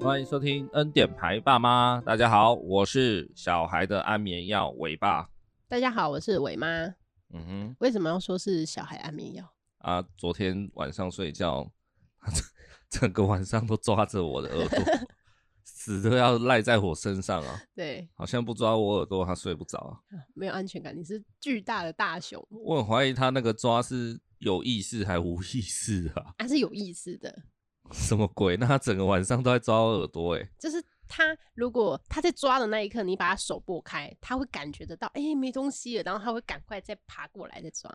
欢迎收听《恩典牌爸妈》，大家好，我是小孩的安眠药尾巴。大家好，我是伟妈。嗯哼，为什么要说是小孩安眠药？啊，昨天晚上睡觉， 整个晚上都抓着我的耳 朵，死都要赖在我身上啊！对，好像不抓我耳朵，他睡不着啊。没有安全感，你是巨大的大熊，我很怀疑他那个抓是有意识还无意识的啊， 它、是有意思的。什么鬼？那他整个晚上都在抓我耳朵、欸，哎，就是它如果它在抓的那一刻，你把它手拨开，它会感觉得到，哎、没东西了，然后它会赶快再爬过来再抓。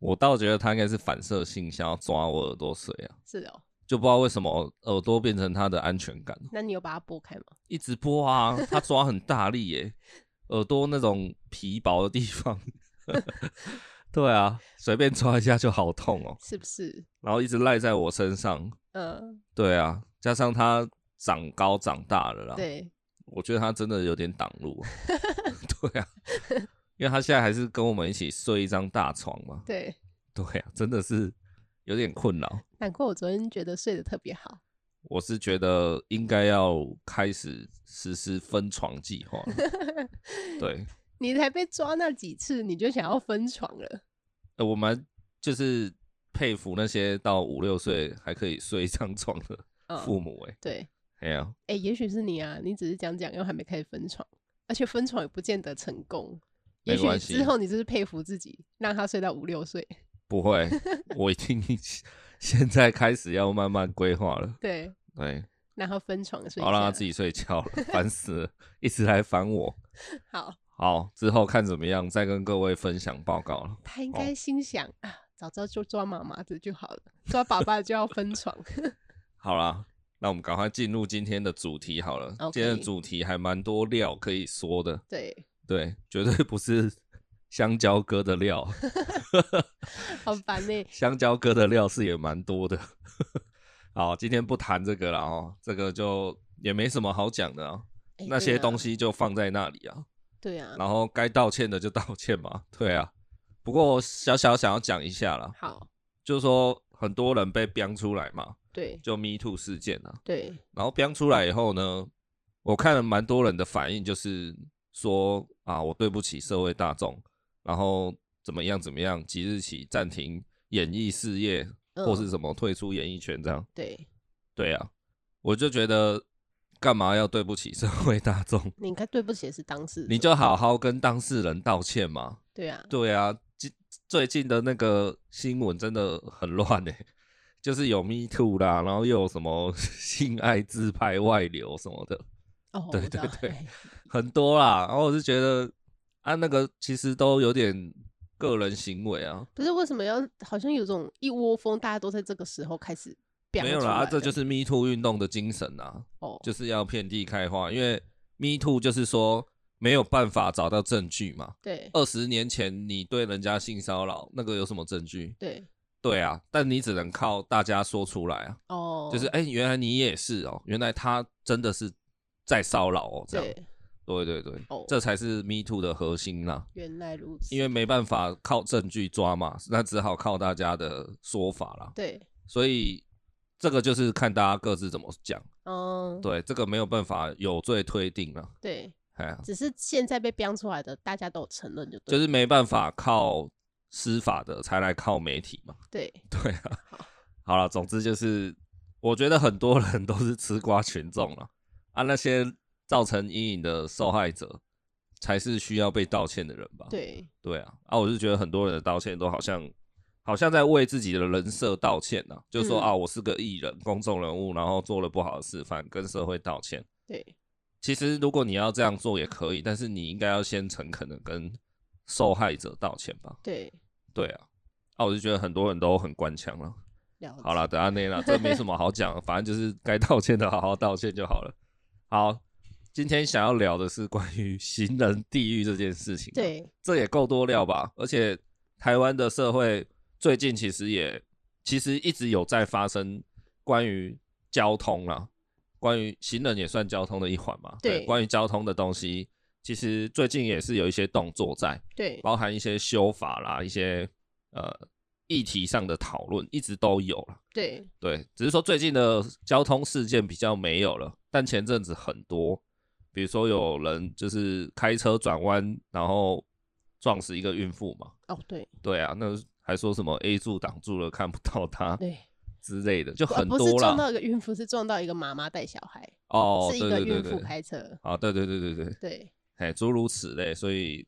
我倒觉得他应该是反射性想要抓我耳朵水啊，是哦，就不知道为什么耳朵变成他的安全感。那你有把它拨开吗？一直拨啊，他抓很大力耶、耳朵那种皮薄的地方， 对啊，随便抓一下就好痛哦、是不是？然后一直赖在我身上，嗯，对啊，加上他长高长大了啦，对，我觉得他真的有点挡路，啊对啊，因为他现在还是跟我们一起睡一张大床嘛，对。对啊，真的是有点困扰。难怪我昨天觉得睡得特别好，我是觉得应该要开始实施分床计划了，对，你才被抓那几次，你就想要分床了。呃，我们就是佩服那些到五六岁还可以睡一张床的父嗯，母、欸，对，哎、呀、哎、也许是你啊，你只是讲讲，又还没开始分床，而且分床也不见得成功。没也许关系之后你就是佩服自己，让他睡到五六岁。不会，我已经现在开始要慢慢规划了。对，对，让他分床睡一下。好让他自己睡觉了，烦死了，一直来烦我。好，好，之后看怎么样，再跟各位分享报告了。他应该心想、啊，早知道就抓妈妈的就好了，抓爸爸就要分床。 好啦，那我们赶快进入今天的主题好了。 OK 今天的主题还蛮多料可以说的，对，对，绝对不是香蕉哥的料，好烦欸呢、香蕉哥的料是也蛮多的。好，今天不谈这个了哦，这个就也没什么好讲的啊。哎那些东西，西就放在那里啊，对啊，然后该道歉的就道歉嘛，对啊。不过我小小想要讲一下啦，好，就是说很多人被 biang 出来嘛，对就 Me Too 事件啊，对，然后 biang 出来以后呢，我看了蛮多人的反应，就是说啊，我对不起社会大众，然后怎么样怎么样，即日起暂停演艺事业嗯或是什么退出演艺圈这样。对，对啊，我就觉得干嘛要对不起社会大众？你应该对不起的是当事者，你就好好跟当事人道歉嘛。对啊，对啊，最最近的那个新闻真的很乱哎、就是有 Me Too 啦，然后又有什么 性爱自拍外流什么的，哦，对我知道对对哎很多啦。然后我是觉得啊，那个其实都有点个人行为啊，不是为什么要好像有种一窝蜂，大家都在这个时候开始表没有出啦，啊来这了就是 Me Too 运动的精神啊，哦，就是要遍地开花，因为 Me Too 就是说没有办法找到证据嘛。对二十年前你对人家性骚扰，那个有什么证据？对对啊，但你只能靠大家说出来啊，哦，就是哎、原来你也是哦，原来他真的是在骚扰哦，这样，对，对对对，哦这才是 Me Too 的核心啦，原来如此，因为为没办法靠证据抓嘛，那只好靠大家的说法啦，对，所以这个就是看大家各自怎么讲，嗯，对，这个没有办法有罪推定啊，对，哎呀，只是现在被标出来的，大家都有承认就对就了，是没办法靠司法的才来靠媒体嘛，对，对啊，好了，总之就是，我觉得很多人都是吃瓜群众了啊，那些造成阴影的受害者才是需要被道歉的人吧？对，对啊，啊，我是觉得很多人的道歉都好像好像在为自己的人设道歉呐、就是说、嗯啊，我是个艺人、公众人物，然后做了不好的示范，跟社会道歉。对，其实如果你要这样做也可以，但是你应该要先诚恳的跟受害者道歉吧？对，对啊，啊，我就觉得很多人都很官腔了。了解，好啦，等下那啦，这没什么好讲，反正就是该道歉的好好道歉就好了。好，今天想要聊的是关于行人地狱这件事情、，啊对，这也够多嗯料吧？而且台湾的社会最近其实也其实一直有在发生关于交通啦，关于行人也算交通的一环嘛。对关于交通的东西，其实最近也是有一些动作在。对，包含一些修法啦，一些呃议题上的讨论一直都有了，对，对，只是说最近的交通事件比较没有了，但前阵子很多，比如说有人就是开车转弯，然后撞死一个孕妇嘛，哦，对对啊，那还说什么 A 柱挡住了看不到她对，之类的，就不很不是多撞到啦。一个孕妇，是撞到一个妈妈带小孩，哦，是一对个对对孕妇对，开车，啊，对对对对对，对哎，诸如此类，所以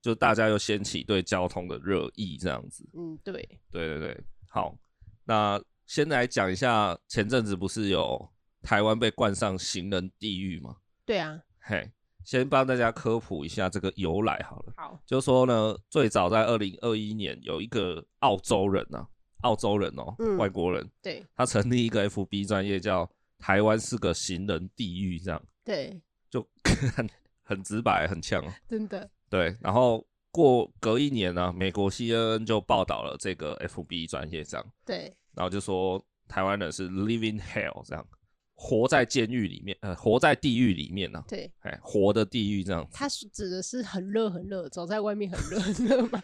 就大家又掀起对交通的热议，这样子。嗯，对，对对对，好，那先来讲一下，前阵子不是有台湾被冠上行人地狱吗？对啊，嘿，先帮大家科普一下这个由来好了。好，就说呢，最早在二零二一年，有一个澳洲人啊，澳洲人哦，嗯外国人，对他成立一个 FB 专业叫“台湾是个行人地狱”，这样对，就 很很直白，很呛、哦。真的，对，然后过隔一年呢、美国 CNN 就报道了这个 FB 专业这样，对然后就说台湾人是 living hell 这样，活在监狱里面，呃，活在地狱里面呢、对，哎，活的地狱这样。它是指的是很热很热，走在外面很热很热嘛。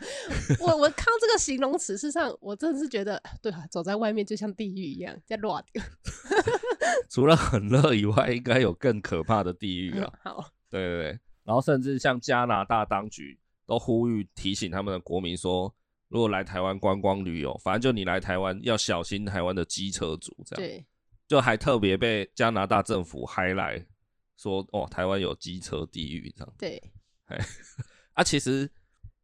我我看到这个形容词，事实上我真的是觉得，对啊，走在外面就像地狱一样，在乱。除了很热以外，应该有更可怕的地狱 啊。好，对对对，然后甚至像加拿大当局都呼吁提醒他们的国民说，如果来台湾观光旅游，反正就你来台湾要小心台湾的机车族这样。对就还特别被加拿大政府嗨来说，哦，台湾有机车地狱这样对啊。其实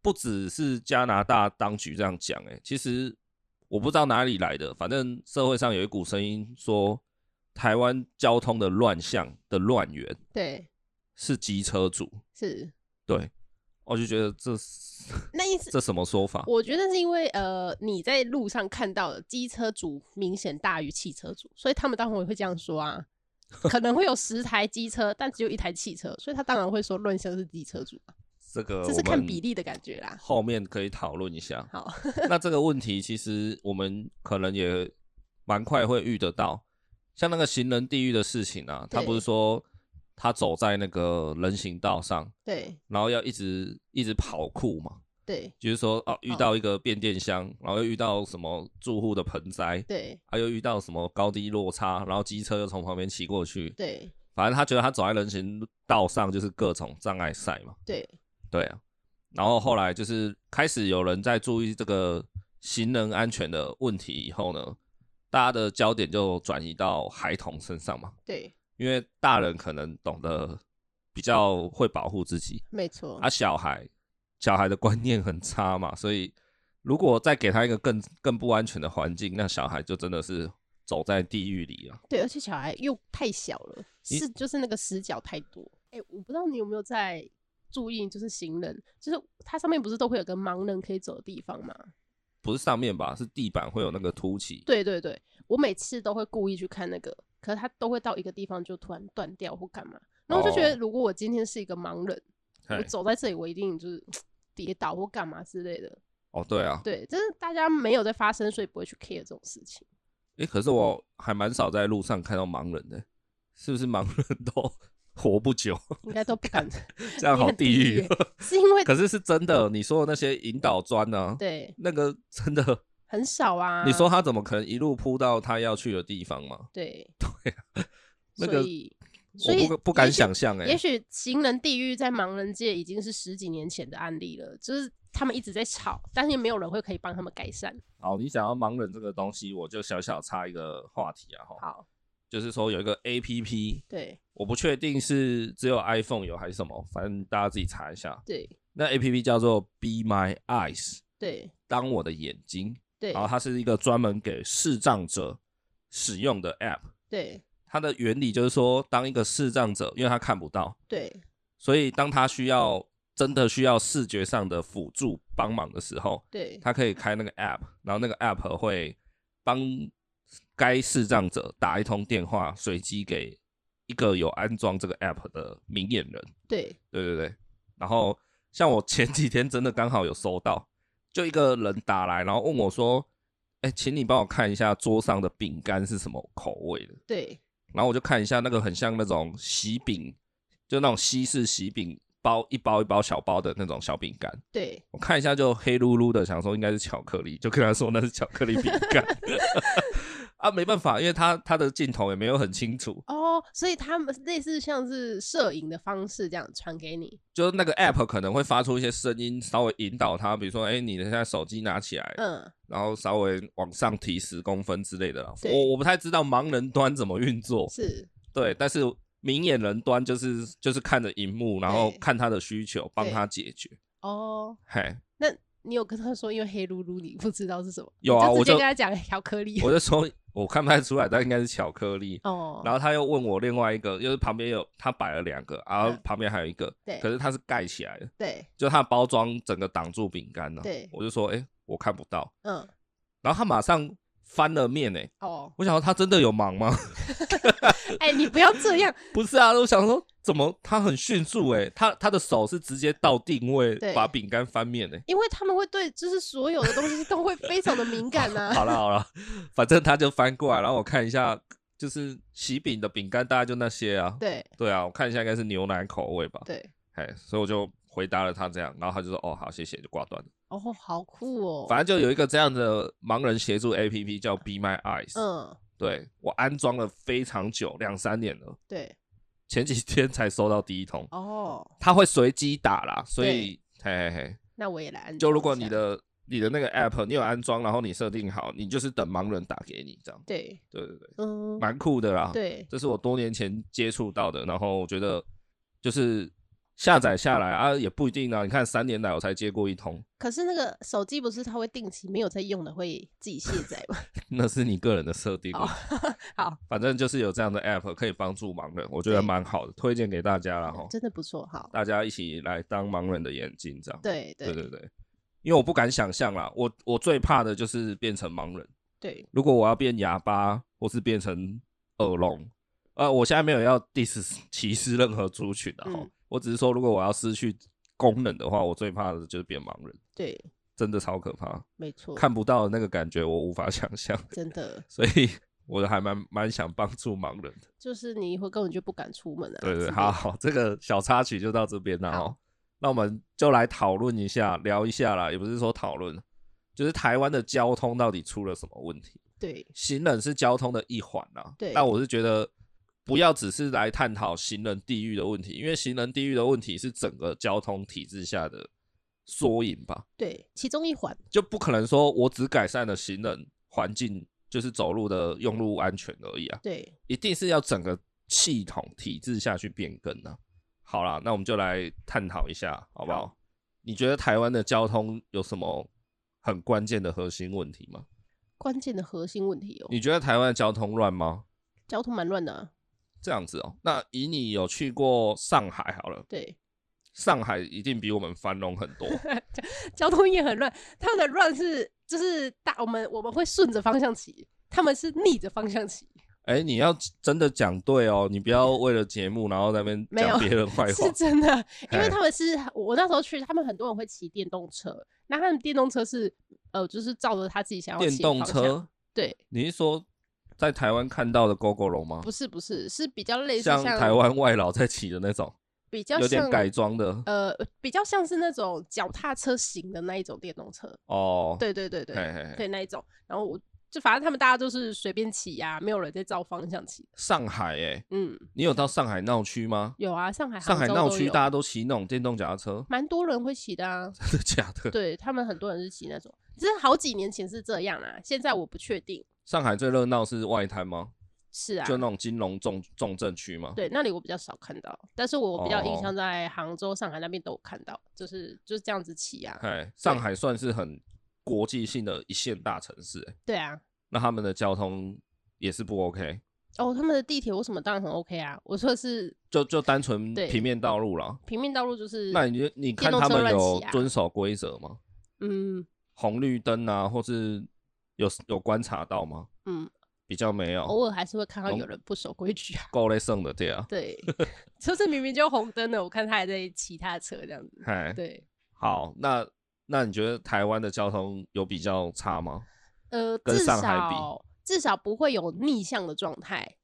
不只是加拿大当局这样讲，诶，其实我不知道哪里来的，反正社会上有一股声音说，台湾交通的乱象的乱源对，是机车主。是对，哦我就觉得这那意思。 这什么说法？我觉得是因为呃，你在路上看到的机车族明显大于汽车族，所以他们当然会这样 说啊。可能会有十台机车，但只有一台汽车，所以他当然会说论像是机车族啊，这个这是呃我看们比例的感觉啦。后面可以讨论一下。好，那这个问题其实我们可能也蛮快会遇得到，像那个行人地狱的事情啊，对他不是说他走在那个人行道上，对然后要一直一直跑酷嘛，对就是说哦遇到一个变电箱，然后又遇到什么住户的盆栽，对啊又遇到什么高低落差，然后机车又从旁边骑过去，对反正他觉得他走在人行道上就是各种障碍赛嘛。对对啊，然后后来就是开始有人在注意这个行人安全的问题以后呢，大家的焦点就转移到孩童身上嘛，对，因为大人可能懂得比较会保护自己，没错啊，，小孩小孩的观念很差嘛，所以如果再给他一个更更不安全的环境，那小孩就真的是走在地狱里了。对，而且小孩又太小了，你是就是那个死角太多。哎、我不知道你有没有在注意，就是行人，就是它上面不是都会有个盲人可以走的地方吗？不是上面吧，是地板会有那个凸起，对对对，我每次都会故意去看那个，可是它都会到一个地方就突然断掉或干嘛，然后我就觉得哦如果我今天是一个盲人，我嘿走在这里，我一定就是跌倒或干嘛之类的。哦，对啊，对，就是大家没有在发生，所以不会去 care 这种事情。诶，可是我还蛮少在路上看到盲人的，是不是盲人都 活不久？应该都 不敢。这样你好很地地狱狱哦。 是因为可是是真的，你说的那些引导砖呢、啊？对那个真的，很少啊。你说他怎么可能一路铺到他要去的地方嘛？ 对啊那所个以所以我不不敢也许想象哎、也许行人地狱在盲人界已经是十几年前的案例了，就是他们一直在吵，但是也没有人会可以帮他们改善。好，你想要盲人这个东西，我就小小插一个话题啊哈，好，就是说有一个 A P P，对我不确定是只有 iPhone 有还是什么，反正大家自己查一下。对那 A P P 叫做 Be My Eyes，对当我的眼睛。对然后它是一个专门给视障者使用的 App。对它的原理就是说，当一个视障者，因为他看不到，对所以当他需要真的需要视觉上的辅助帮忙的时候，对他可以开那个 App，然后那个 App 会帮该视障者打一通电话，随机给一个有安装这个 App 的明眼人。对对对对，然后像我前几天真的刚好有收到，就一个人打来，然后问我说：“哎，请你帮我看一下桌上的饼干是什么口味的。对”然后我就看一下，那个很像那种喜饼，就那种西式喜饼包一包一包小包的那种小饼干，对，我看一下就黑噜噜的，想说应该是巧克力，就跟他说那是巧克力饼干。 啊，没办法，因为他他的镜头也没有很清楚，哦，所以他们类似像是摄影的方式这样传给你，就是那个嗯 app 可能会发出一些声音，稍微引导他，比如说，哎、你的现在手机拿起来，嗯，然后稍微往上提十公分之类的啦。对我我不太知道盲人端怎么运作，是对，但是明眼人端就是就是看着荧幕，然后对看他的需求，帮他解决。哦。嘿，那你有跟他说，因为黑噜噜你不知道是什么？有啊你我直接就跟他讲哎巧克力。我就说我看不太出来，但应该是巧克力。哦，然后他又问我另外一个，就是旁边有他摆了两个，然后嗯旁边还有一个，对可是它是盖起来的，对，就它的包装整个挡住饼干了。对我就说，哎、我看不到。嗯，然后他马上翻了面哎、哦，我想说他真的有忙吗？ 哎，你不要这样，不是啊，我想说怎么他很迅速哎、他他的手是直接到定位对把饼干翻面哎、因为他们会对就是所有的东西都会非常的敏感呐、 好了好了，反正他就翻过来，然后我看一下，就是喜饼的饼干大概就那些啊。对对啊，我看一下应该是牛奶口味吧。 对，哎，所以我就回答了他这样，然后他就说哦好谢谢就挂断了。哦，好酷哦，反正就有一个这样的盲人协助 A P P 叫 Be My Eyes，、嗯，对我安装了非常久，两三年了，对，前几天才收到第一通。哦，它会随机打啦，所以嘿嘿嘿，那我也来安装一下。就如果你啊的你的那个 app 你有安装，然后你设定好，你就是等盲人打给你这样，对，对对对，嗯，蛮酷的啦。，对这是我多年前接触到的，然后我觉得就是下载下来啊，也不一定啊。你看三年来我才接过一通，可是那个手机不是它会定期没有在用的会自己卸载 吗？那是你个人的设定，好， 好，反正就是有这样的 app 可以帮助盲人，我觉得对蛮好的，推荐给大家啦哈，真的不错，好，大家一起来当盲人的眼睛这样。对对对对对，因为我不敢想象啦，我我最怕的就是变成盲人。对如果我要变哑巴，或是变成耳聋，呃，我现在没有要 diss 歧视任何族群的哈、嗯我只是说，如果我要失去功能的话，我最怕的就是变盲人，对，真的超可怕，没错，看不到的那个感觉我无法 想象，真的所以 我还蛮蛮想帮助盲人的。就是你会根本就不敢出门啊。对之对，类好的，好，这个小插曲就到这边了好哦。那我们就来讨论一下，聊一下啦，也不是说讨论，就是台湾的交通到底出了什么问题？对行人是交通的一环啦、对但我是觉得不要只是来探讨行人地域的问题，因为行人地域的问题是整个交通体制下的缩影吧，对，其中一环，就不可能说我只改善了行人环境，就是走路的用路安全而已啊，对一定是要整个系统体制下去变更啊。好啦，那我们就来探讨一下，好不好？你觉得台湾的交通有什么很关键的核心问题吗？关键的核心问题哦，你觉得台湾的交通乱吗？交通蛮乱的啊，这样子哦。那以你有去过上海好了，对，上海一定比我们繁荣很 多。交通也很乱，他们的乱是就是大我们我们会顺着方向骑，他们是逆着方向骑，哎、你要真的讲对哦，你不要为了节目然后在那边没有讲别人坏话是。真的，因为哎他们是我那时候去，他们很多人会骑电动车，那他们电动车是呃就是照着他自己想要电骑的动方向，车，对，你是说在台湾看到的 GoGo 龙吗不？是不是是比较类似像台湾外劳在骑的那种，比较有点像改装的呃，比较像是那种脚踏车型的那一种电动车，哦。对对对对嘿嘿嘿对那一种。然后我就反正他们大家都是随便骑呀、没有人在照方向骑。上海哎、嗯，你有到上海闹区吗？有啊，上海上海杭州闹都区有，大家都骑那种电动脚踏车蛮多人会骑的啊， 真的假的？对他们很多人是骑那种，只是好几年前是这样啊，现在我不确定。上海最热闹是外滩吗？是啊，就那种金融重重镇区吗？对那里我比较少看到，但是我比较印哦象在杭州、上海那边都有看到，就是就是这样子 骑啊。哎，上海算是很国际性的一线大城市、哎对啊，那他们的交通也是不 OK，哦，他们的地铁为什么当然很 OK 啊？我说的是就就单纯对平面道路啦。平面道路就是，那你就你看电动他车们乱有骑啊遵守规则吗？嗯红绿灯啊，或是有有观察到吗？嗯，比较没有，偶尔还是会看到有人不守规矩 啊。够累剩的对啊。对，就是明明就红灯了，我看他还在骑他的车这样子。哎，对，好，那那你觉得台湾的交通有比较差吗？呃，跟至上海比少至少不会有逆向的状态。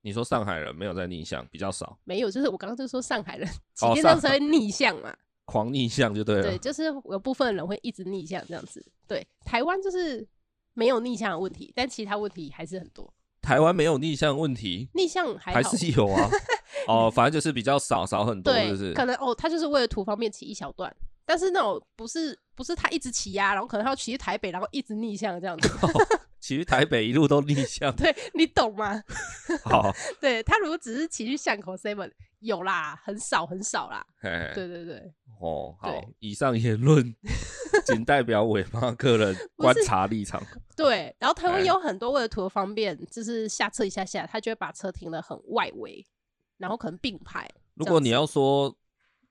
你说上海人没有在逆向，比较少，没有，就是我刚刚就说上海人骑哦电动上车会逆向嘛，狂逆向就对了。啊对，就是有部分人会一直逆向这样子。对，台湾就是没有逆向的问题，但其他问题还是很多。台湾没有逆向问题，逆向还好，还是有啊。 哦，反正就是比较少，少很多，对，是不是？可能哦，他就是为了图方便骑一小段，但是那种不是不是他一直骑呀、然后可能他要骑去台北，然后一直逆向这样子，，其实台北一路都逆向 对你懂吗？好，对他如果只是骑去巷口 seven，有啦，很少很少啦。嘿，对对对，哦，好对，以上言论仅代表伟妈个人观察立场。对，然后台湾哎有很多为了图方便，就是下车一下下，他就会把车停的很外围，然后可能并排。如果你要说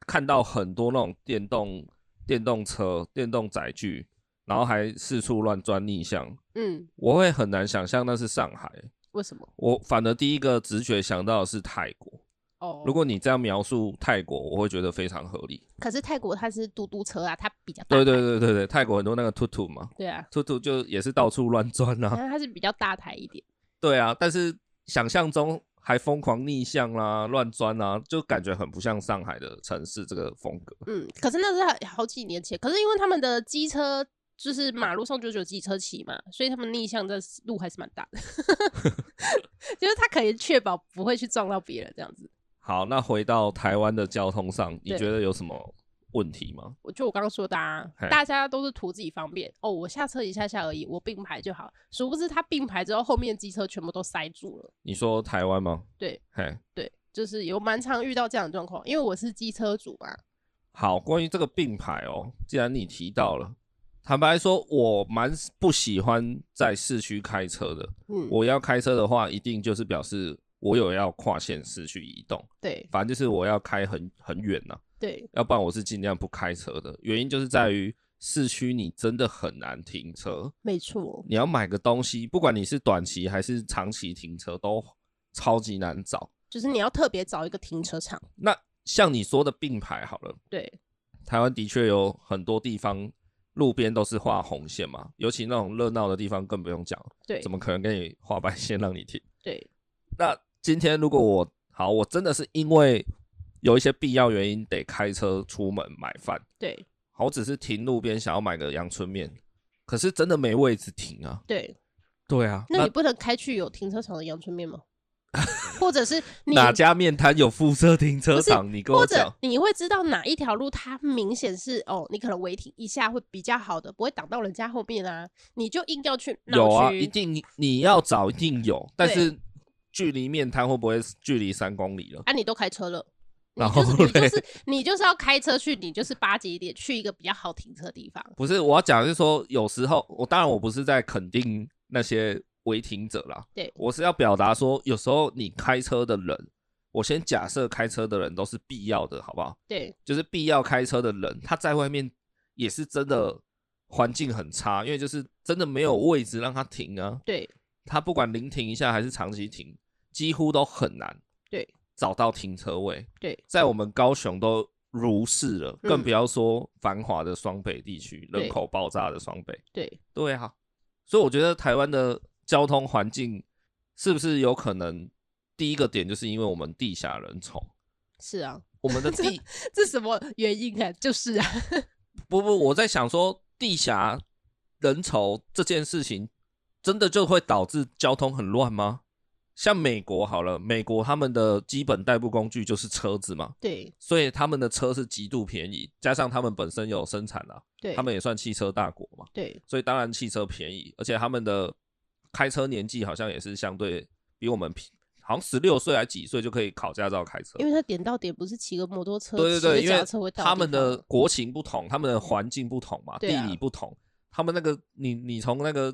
看到很多那种电动电动车、电动载具，然后还四处乱钻逆向，嗯，我会很难想象那是上海。为什么？我反而第一个直觉想到的是泰国。哦，如果你这样描述泰国，我会觉得非常合理。可是泰国它是嘟嘟车啊，它比较大对对台对对对，泰国很多那个兔兔嘛，对啊，兔兔就也是到处乱钻啊。然后它是比较大台一点。 对啊，但是想象中还疯狂逆向啦、乱钻啦，就感觉很不像上海的城市这个风格。嗯，可是那是好好几年前，可是因为他们的机车就是马路上就只有机车骑嘛，所以他们逆向的路还是蛮大的， 就是他可以确保不会去撞到别人这样子。好，那回到台湾的交通上，你对觉得有什么问题吗？我就我刚刚说的、啊嘿，大家都是图自己方便哦，我下车一下下而已，我并排就好。殊不知他并排之后，后面机车全部都塞住了。你说台湾吗？对，嘿，对，就是有蛮常遇到这样的状况，因为我是机车主嘛，好，关于这个并排哦，既然你提到了，坦白说，我蛮不喜欢在市区开车的。嗯，我要开车的话，一定就是表示我有要跨县市去移动，对反正就是我要开很很远呐、对，要不然我是尽量不开车的。原因就是在于市区你真的很难停车，没错，你要买个东西，不管你是短期还是长期停车，都超级难找。就是你要特别找一个停车场，那像你说的并排好了，对，台湾的确有很多地方路边都是画红线嘛，尤其那种热闹的地方更不用讲，对怎么可能给你画白线让你停？对，那今天如果我好，我真的是因为有一些必要原因得开车出门买饭，对，好，我只是停路边想要买个阳春面，可是真的没位置停啊。对。对啊，那你不能开去有停车场的阳春 面吗？或者是你哪家面摊有附设停车不是场？你跟或我者讲，你会知道哪一条路它明显是哦，你可能违停一下会比较好的，不会挡到人家后面啊，你就硬要去闹有啊，区一定你要找一定有，但对是距离面摊会不会距离三公里了？啊，你都开车了。你然就后是你就嘞是你就是要开车去，你就是巴结一点，去一个比较好停车的地方。不是，我要讲的是说，有时候我当然我不是在肯定那些违停者啦，对我是要表达说，有时候你开车的人，我先假设开车的人都是必要的，好不好？对就是必要开车的人，他在外面也是真的环境很差，因为就是真的没嗯有位置让他停啊，对他不管临停一下还是长期停，几乎都很难对找到停车位，对在我们高雄都如是了，嗯更不要说繁华的双北地区，对人口爆炸的双北。对，对啊，所以我觉得台湾的交通环境是不是有可能第一个点就是因为我们地下人稠，是 啊，我们的 地这什么原因啊？就是啊，不不，我在想说地下人稠这件事情，真的就会导致交通很乱吗？像美国好了，美国他们的基本代步工具就是车子嘛，对所以他们的车是极度便宜，加上他们本身有生产啦、对，他们也算汽车大国嘛，对所以当然汽车便宜，而且他们的开车年纪好像也是相对比我们平，好像十六岁还几岁就可以考驾照开车因。为他点到点不是骑个摩托车，呃对对骑个对，因脚为踏车会到他们地方的国情不同，他们的环境不同嘛，对啊地理不同，他们那个你你从那个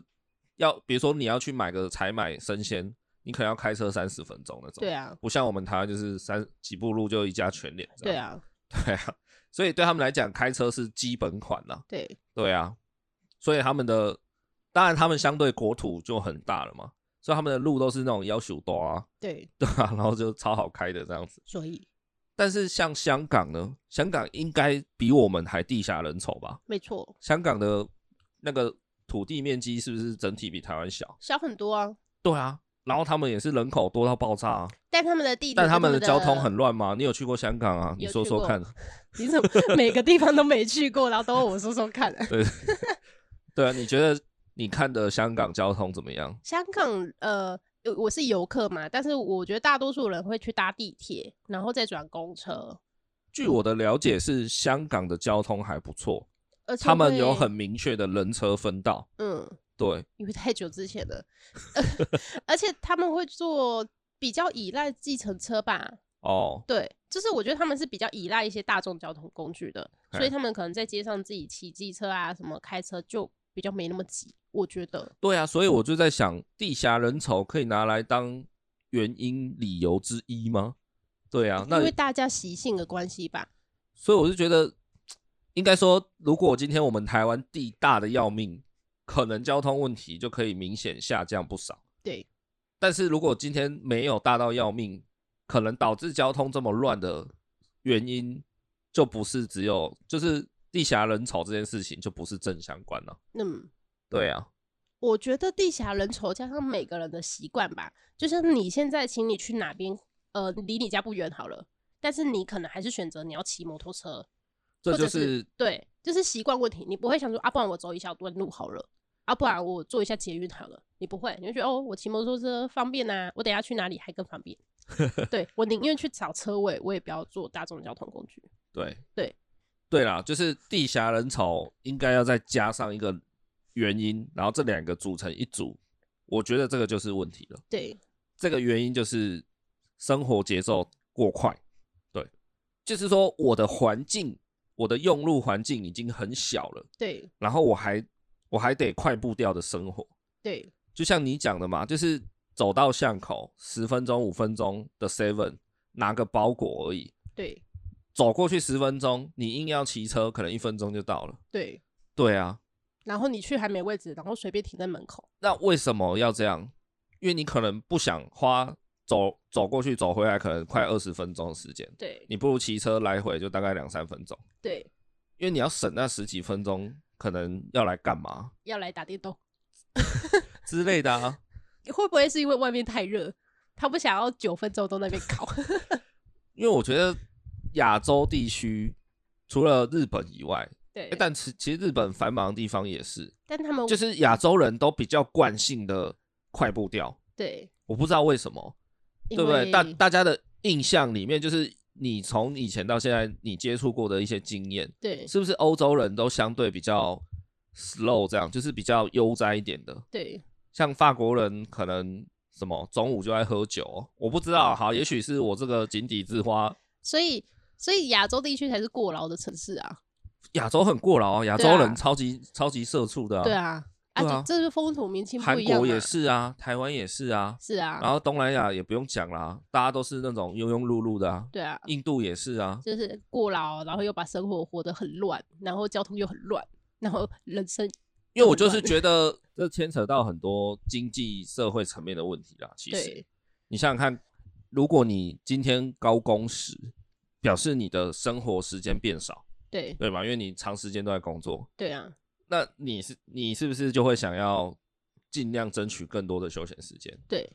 要，比如说你要去买个采买生鲜，你可能要开车三十分钟那种，对啊不像我们台湾就是三几步路就一家全脸，对，啊 对啊，所以对他们来讲，开车是基本款呐、对，对啊，所以他们的当然他们相对国土就很大了嘛，所以他们的路都是那种要求多啊，对，对啊，然后就超好开的这样子。所以但是像香港呢，香港应该比我们还地下人稠吧？没错，香港的那个土地面积是不是整体比台湾小？小很多啊。对啊，然后他们也是人口多到爆炸、啊，但他们的地理，但他们的交通很，乱吗？你有去过香港啊？你有说去说过看。 你怎么每个地方都没去过，然后都问我说说 看、啊。对啊，你觉得你看的香港交通怎么样？香港呃，有我是游客嘛，但是我觉得大多数人会去搭地铁，然后再转公车，据我的了解是，香港的交通还不错，而且他们会有很明确的人车分道。嗯，对，因为太久之前了， 而且他们会做比较依赖计程车吧，哦，对，就是我觉得他们是比较依赖一些大众交通工具的，所哎以他们可能在街上自己骑机车啊，什么开车就比较没那么急。我觉得对啊，嗯所以我就在想，地狭人稠可以拿来当原因理由之一吗？对啊，那因为大家习性的关系吧，所以我就觉得，应该说，如果今天我们台湾地大的要命，可能交通问题就可以明显下降不少。对，但是如果今天没有大到要命，可能导致交通这么乱的原因，就不是只有就是地狭人稠这件事情就不是正相关了。嗯，对啊，我觉得地狭人稠加上每个人的习惯吧，就像你现在，请你去哪边，呃，离你家不远好了，但是你可能还是选择你要骑摩托车，这或就者是对，就是习惯问题，你不会想说啊，不然我走一小段路好了，啊，不然我坐一下捷运好了，你不会，你会觉得哦，我骑摩托车方便呐、我等一下去哪里还更方便。对我宁愿去找车位，我也不要坐大众交通工具。对对对啦，就是地狭人稠，应该要再加上一个原因，然后这两个组成一组，我觉得这个就是问题了。对，这个原因就是生活节奏过快，对，就是说我的环境，我的用路环境已经很小了，对，然后我还我还得快步调的生活，对，就像你讲的嘛，就是走到巷口十分钟五分钟的 seven 拿个包裹而已，对，走过去十分钟，你硬要骑车，可能一分钟就到了。对。对啊，然后你去还没位置，然后随便停在门口。那为什么要这样？因为你可能不想花走走过去走回来，可能快二十分钟的时间，对，你不如骑车来回就大概两三分钟，对，因为你要省那十几分钟，可能要来干嘛要来打电动，之类的啊。会不会是因为外面太热，他不想要九分钟都在那边烤？因为我觉得亚洲地区除了日本以外， 对诶，但其其实日本繁忙的地方也是，但他们就是亚洲人都比较惯性的快步调，对，我不知道为什么。因对不对？大为大家的印象里面，就是你从以前到现在你接触过的一些经验，对是不是欧洲人都相对比较 slow，这样就是比较悠哉一点的？对像法国人可能什么中午就爱喝酒哦、我不知嗯道。好，也许是我这个井底之蛙，所以所以亚洲地区才是过劳的城市啊。亚洲很过劳、啊，亚洲对啊人超级、超级社畜的、对，啊，啊，对啊这这是风土民情不韩一样、国啊。也是啊，台湾也是啊，是啊，然后东南亚也不用讲啦，大家都是那种庸庸碌碌的啊，对啊，印度也是啊，就是过劳，然后又把生活活得很乱，然后交通又很乱，然后人生因为我就是觉得这牵扯到很多经济社会层面的问题啦。其实对你想想看，如果你今天高工时，表示你的生活时间变少，对对吧？因为你长时间都在工作，对啊，那你是你是不是就会想要尽量争取更多的休闲时间，对，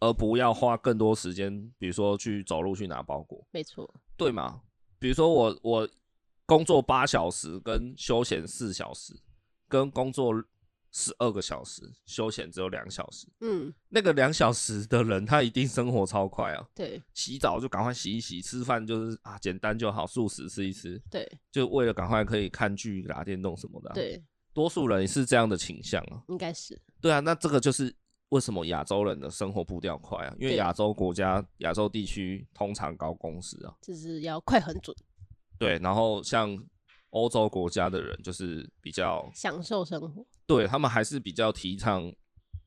而不要花更多时间，比如说去走路去拿包裹，没错，对吗？比如说我我工作八小时，跟休闲四小时，跟工作十二个小时，休闲只有两小时。嗯，那个两小时的人，他一定生活超快啊！对洗澡就赶快洗一洗，吃饭就是啊简单就好，素食吃一吃，对就为了赶快可以看剧、打电动什么的啊、对，多数人是这样的倾向啊。应该是对啊，那这个就是为什么亚洲人的生活步调快啊，因为对亚洲国家、亚洲地区通常高工时啊。就是要快很准，对，然后像欧洲国家的人，就是比较享受生活。对他们还是比较提倡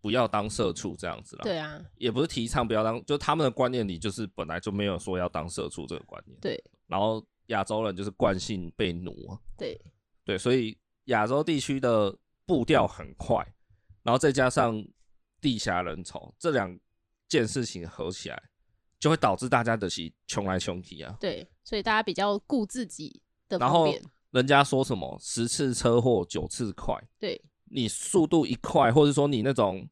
不要当社畜这样子啦。，对啊，也不是提倡不要当，就他们的观念里就是本来就没有说要当社畜这个观念。对然后亚洲人就是惯性被奴啊，对对，所以亚洲地区的步调很快，然后再加上地狭人稠，这两件事情合起来，就会导致大家的是穷来穷去啊。对，所以大家比较顾自己的然方后便。人家说什么十次车祸九次快，对你速度一快，或者说你那种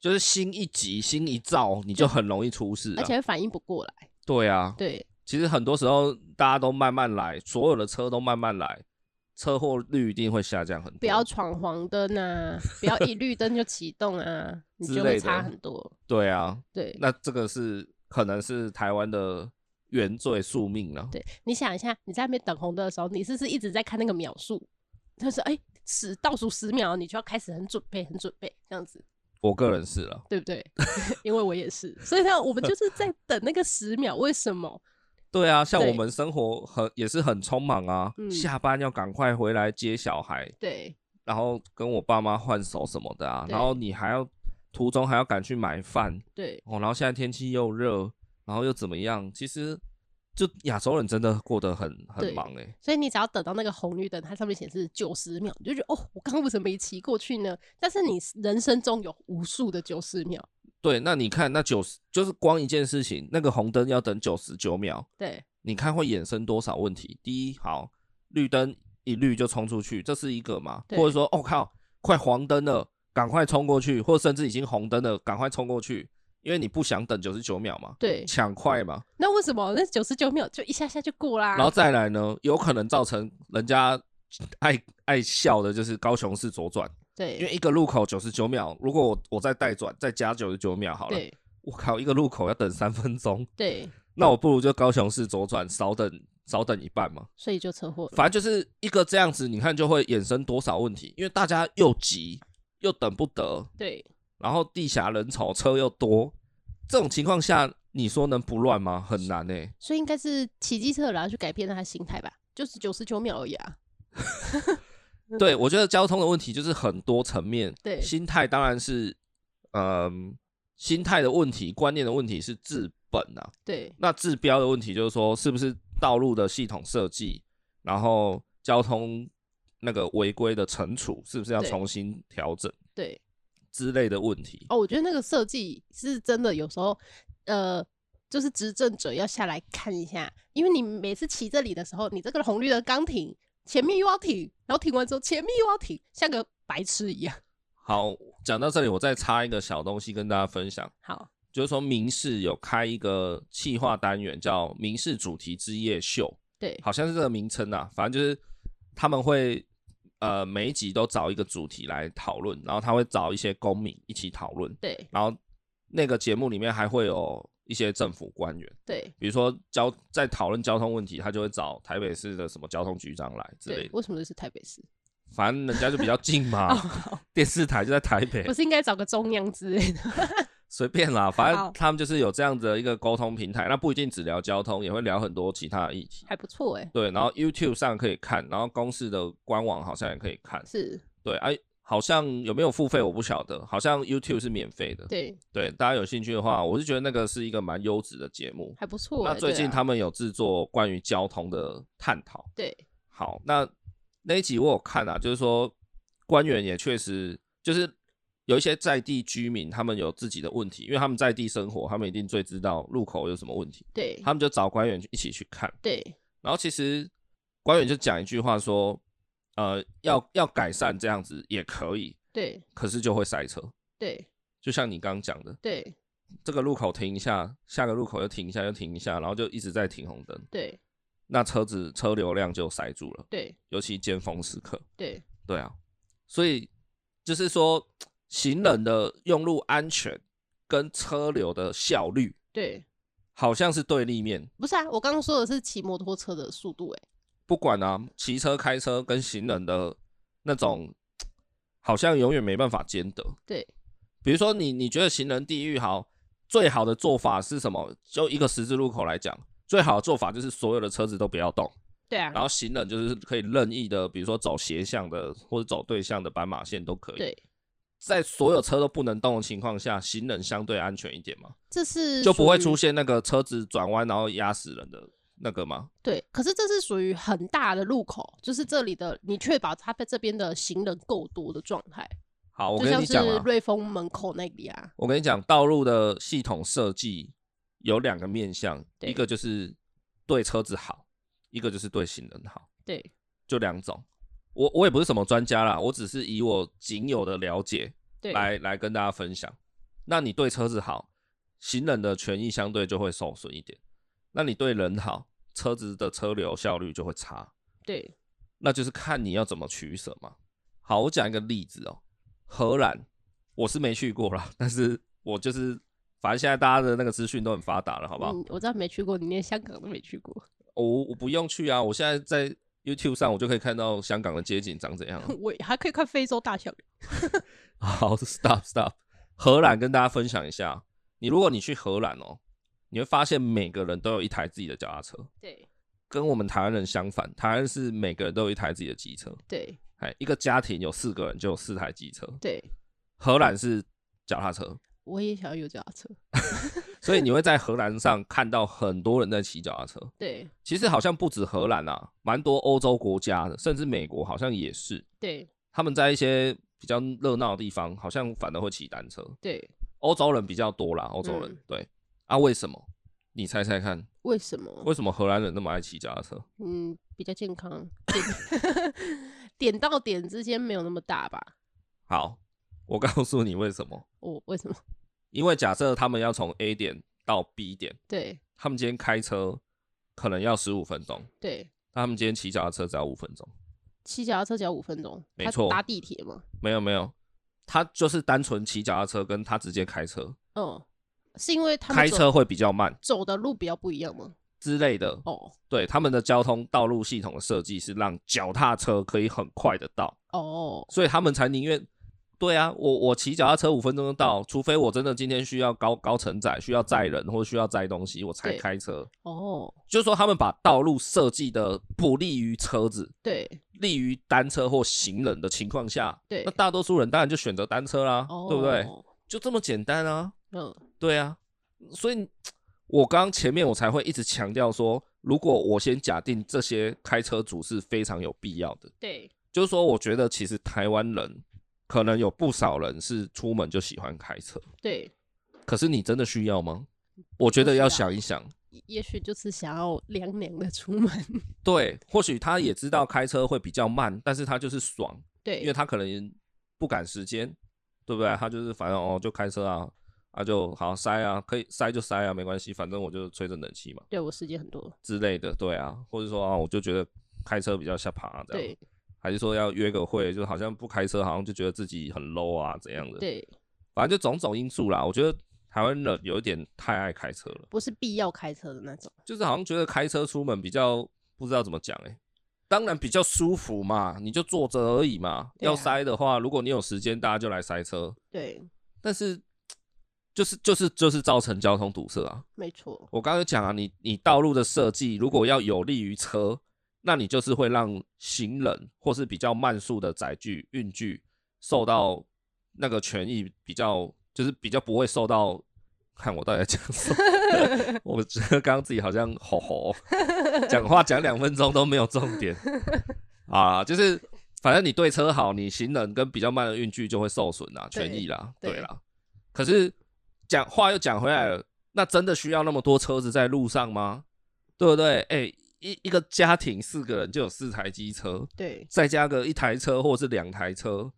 就是心一急、心一躁，你就很容易出事、啊。而且反应不过来。对啊，对，其实很多时候大家都慢慢来，所有的车都慢慢来，车祸率一定会下降很多。不要闯黄灯啊，不要一绿灯就启动啊，你之就类会的差很多。对啊，对，那这个是可能是台湾的原罪宿命了、对，你想一下，你在那边等红灯的时候，你是不是一直在看那个秒数？就是哎，十倒数十秒，你就要开始很准备，很准备这样子，我个人是了，对不对？ 因为我也是，所以呢，我们就是在等那个十秒。为什么？对啊，像对我们生活很也是很匆忙啊，嗯下班要赶快回来接小孩，对然后跟我爸妈换手什么的啊，对然后你还要途中还要赶去买饭对，哦，然后现在天气又热，然后又怎么样？其实就亚洲人真的过得很很对忙哎、所以你只要等到那个红绿灯，它上面显示九十秒，你就觉得哦，我刚刚为什么没骑过去呢？但是你人生中有无数的九十秒，对，那你看那九十就是光一件事情，那个红灯要等九十九秒，对你看会衍生多少问题？第一，好，绿灯一绿就冲出去，这是一个嘛？对或者说，哦靠，快黄灯了，赶快冲过去，或者甚至已经红灯了，赶快冲过去，因为你不想等九十九秒嘛，对。抢快嘛。那为什么那九十九秒就一下下就过啦？然后再来呢，有可能造成人家爱爱笑的就是高雄市左转，因对为一个路口九十九秒，如果我我再带转再加九十九秒好了，对我靠，一个路口要等三分钟，对，那我不如就高雄市左转少等少等一半嘛。所以就车祸了。反正就是一个这样子，你看就会衍生多少问题，因为大家又急又等不得，对，然后地狭人稠，车又多，这种情况下，你说能不乱吗？很难欸呢、所以应该是骑机车的人要去改变他的心态吧，就是九十九秒而已啊。对我觉得交通的问题就是很多层面，对心态当然是，嗯，心态的问题、观念的问题是治本啊。对那治标的问题就是说，是不是道路的系统设计，然后交通那个违规的惩处，是不是要对重新调整？对，之类的问题。哦，我觉得那个设计是真的，有时候呃，就是执政者要下来看一下，因为你每次骑这里的时候，你这个红绿灯刚停，前面又要停，然后停完之后前面又要停，像个白痴一样。好，讲到这里，我再插一个小东西跟大家分享，好，就是说民视有开一个企划单元叫“民视主题之夜秀对”，好像是这个名称啊，反正就是他们会呃每一集都找一个主题来讨论，然后他会找一些公民一起讨论，对然后那个节目里面还会有一些政府官员。对比如说交在讨论交通问题，他就会找台北市的什么交通局长来之类对，的，为什么是台北市？反正人家就比较近嘛哦，好，电视台就在台北不，是应该找个中央之类的？ 随便啦，反正好他们就是有这样子的一个沟通平台，那不一定只聊交通，也会聊很多其他的议题。还不错哎、对，然后 YouTube 上可以看，然后公司的官网好像也可以看。是对，哎、好像有没有付费我不晓得，好像 YouTube 是免费的。对，对，大家有兴趣的话，我是觉得那个是一个蛮优质的节目。还不错、欸。那最对近啊他们有制作关于交通的探讨。对好，那那一集我有看啊，就是说官员也确实就是有一些在地居民，他们有自己的问题，因为他们在地生活，他们一定最知道路口有什么问题，对他们就找官员一起去看。对然后其实官员就讲一句话说，呃，要要改善这样子也可以，对可是就会塞车。对就像你刚刚讲的，对这个路口停一下，下个路口又停一下，又停一下，然后就一直在停红灯，对那车子车流量就塞住了，对尤其尖峰时刻。对对啊，所以就是说，行人的用路安全跟车流的效率对，好像是对立面。不是啊，我刚刚说的是骑摩托车的速度、欸，不管啊，骑车、开车跟行人的那种，好像永远没办法兼得。对比如说你，你觉得行人地狱好，最好的做法是什么？就一个十字路口来讲，最好的做法就是所有的车子都不要动，对啊，然后行人就是可以任意的，比如说走斜向的或者走对向的斑马线都可以。对，在所有车都不能动的情况下，行人相对安全一点嘛，这是就不会属于出现那个车子转弯然后压死人的那个嘛。对，可是这是属于很大的路口，就是这里的你确保它被这边的行人够多的状态，好，我就跟像你讲是啊，瑞丰门口那里啊，我跟你讲，道路的系统设计有两个面向，对一个就是对车子好，一个就是对行人好，对就两种。我我也不是什么专家啦，我只是以我仅有的了解对来来跟大家分享。那你对车子好，行人的权益相对就会受损一点；那你对人好，车子的车流效率就会差。对，那就是看你要怎么取舍嘛。好，我讲一个例子哦，荷兰，我是没去过啦，但是我就是反正现在大家的那个资讯都很发达了，好不好？嗯，我知道没去过，你连香港都没去过， 我我不用去啊，我现在在 YouTube 上我就可以看到香港的街景长怎样了。 我还可以看非洲大象。好，stop stop。荷兰跟大家分享一下，你如果你去荷兰哦，你会发现每个人都有一台自己的脚踏车，对跟我们台湾人相反，台湾人是每个人都有一台自己的机车，对哎，一个家庭有四个人就有四台机车。对，荷兰是脚踏车，我也想要有脚踏车。所以你会在荷兰上看到很多人在骑脚踏车。对其实好像不止荷兰啊，蛮多欧洲国家的，甚至美国好像也是，对他们在一些比较热闹的地方，好像反而会骑单车。对，欧洲人比较多啦，欧洲人、嗯对啊，为什么？你猜猜看，为什么？为什么荷兰人那么爱骑脚踏车？嗯，比较健康，点 点到点之间没有那么大吧？好，我告诉你为什么，我、为什么？因为假设他们要从 A 点到 B 点，对他们今天开车可能要十五分钟，对，那他们今天骑脚踏车只要五分钟。骑脚踏车只要五分钟，没他错搭地铁嘛。没有没有，他就是单纯骑脚踏车，跟他直接开车，嗯，是因为他们开走车会比较慢走的路比较不一样吗？之类的。哦对，他们的交通道路系统的设计是让脚踏车可以很快的到。哦，所以他们才宁愿。对啊，我我骑脚踏车五分钟就到，除非我真的今天需要高高承载，需要载人或需要载东西，我才对开车。哦，就是说，他们把道路设计的不利于车子，对利于单车或行人的情况下，对那，大多数人当然就选择单车啦，哦，对不对？？就这么简单啊，嗯，对啊。所以，我刚刚前面我才会一直强调说，如果我先假定这些开车族是非常有必要的，对就是说，我觉得其实台湾人可能有不少人是出门就喜欢开车，对，可是你真的需要吗？我觉得要想一想，也也许就是想要凉凉的出门。对，或许他也知道开车会比较慢，但是他就是爽，因为对他可能不赶时间，对不对？他就是反正哦就开车啊，啊就好塞啊，可以塞就塞啊，没关系，反正我就吹着冷气嘛对，我时间很多。之类的，对啊，或者说啊我就觉得开车比较下爬、啊、这样，对还是说要约个会，就好像不开车好像就觉得自己很 low 啊怎样的，对，反正就种种因素啦，我觉得台湾人有一点太爱开车了，不是必要开车的那种。就是好像觉得开车出门比较不知道怎么讲哎、当然比较舒服嘛，你就坐着而已嘛。对啊要塞的话，如果你有时间，大家就来塞车。对，但是就是就是就是造成交通堵塞啊！没错。我刚刚有讲啊，你你道路的设计如果要有利于车，那你就是会让行人或是比较慢速的载具运具受到那个权益比较，就是比较不会受到。看我到底在讲什么？ 我觉得刚刚自己好像吼吼，讲话讲两分钟都没有重点啊，就是反正你对车好，你行人跟比较慢的运具就会受损啦，对权益啦，对对啦。可是讲话又讲回来了，那真的需要那么多车子在路上吗？对不对？哎、一一个家庭四个人就有四台机车，对再加个一台车或是两台车，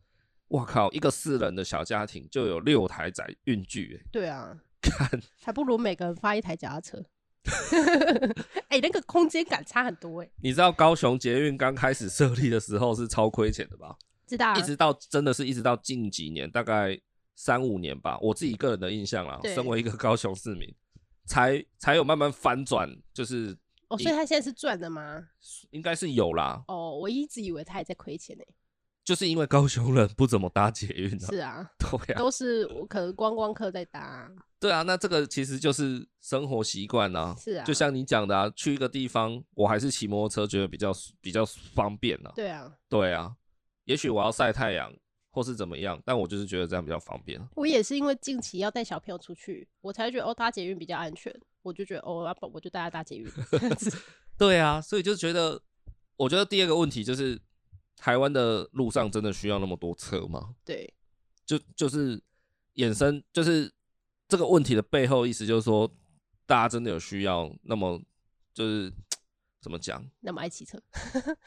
哇靠，一个四人的小家庭就有六台载运具、哎对 啊，看还不如每个人发一台脚踏车。 哎、那个空间感差很多哎、你知道高雄捷运刚开始设立的时候是超亏钱的吧？知道、啊？一直到真的是一直到近几年，大概三五年吧，我自己个人的印象啦，对身为一个高雄市民，才才有慢慢翻转，就是哦，所以他现在是赚的吗？应该是有啦，哦，我一直以为他还在亏钱呢、就是因为高雄人不怎么搭捷运啊，是啊， 对啊，都是我可能观光客在搭啊、对啊，那这个其实就是生活习惯啊，是啊，就像你讲的啊，去一个地方，我还是骑摩托车觉得比较比较方便啊，对啊，对啊，也许我要晒太阳或是怎么样，但我就是觉得这样比较方便啊，我也是因为近期要带小朋友出去，我才觉得哦搭捷运比较安全，我就觉得哦，要不我就带他搭 捷运。对啊，所以就觉得，我觉得第二个问题就是，台湾的路上真的需要那么多车吗？对就就是衍生，就是这个问题的背后意思就是说，大家真的有需要那么就是怎么讲？那么爱骑车。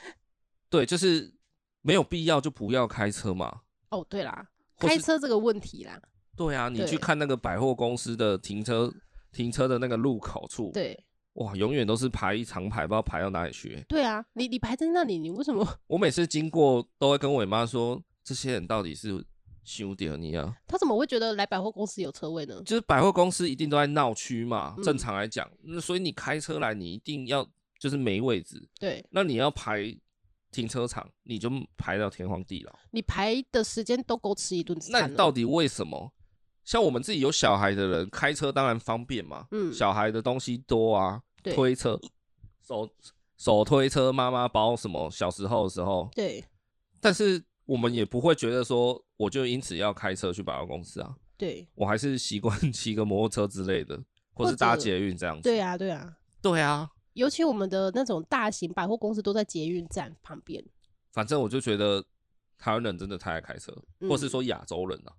对，就是没有必要就不要开车嘛，哦，对啦，或开是车这个问题啦，对啊，你对去看那个百货公司的停车停车的那个入口处，，对哇，永远都是排一长排，不知道排到哪里去。对啊，你你排在那里，你为什么？ 我每次经过都会跟我妈说，这些人到底是修点你啊？他怎么会觉得来百货公司有车位呢？就是百货公司一定都在闹区嘛，嗯正常来讲，那所以你开车来，你一定要就是没位置，对那你要排停车场，你就排到天荒地老。你排的时间都够吃一顿餐那了。你到底为什么？像我们自己有小孩的人，开车当然方便嘛，嗯小孩的东西多啊，对推车、手手推车、妈妈包什么，小时候的时候，对但是我们也不会觉得说，我就因此要开车去百货公司啊，对我还是习惯 骑个摩托车之类的，或或是搭者捷运这样子。对啊对啊，对啊，尤其我们的那种大型百货公司都在捷运站旁边。反正我就觉得台湾人真的太爱开车，嗯或是说亚洲人啊，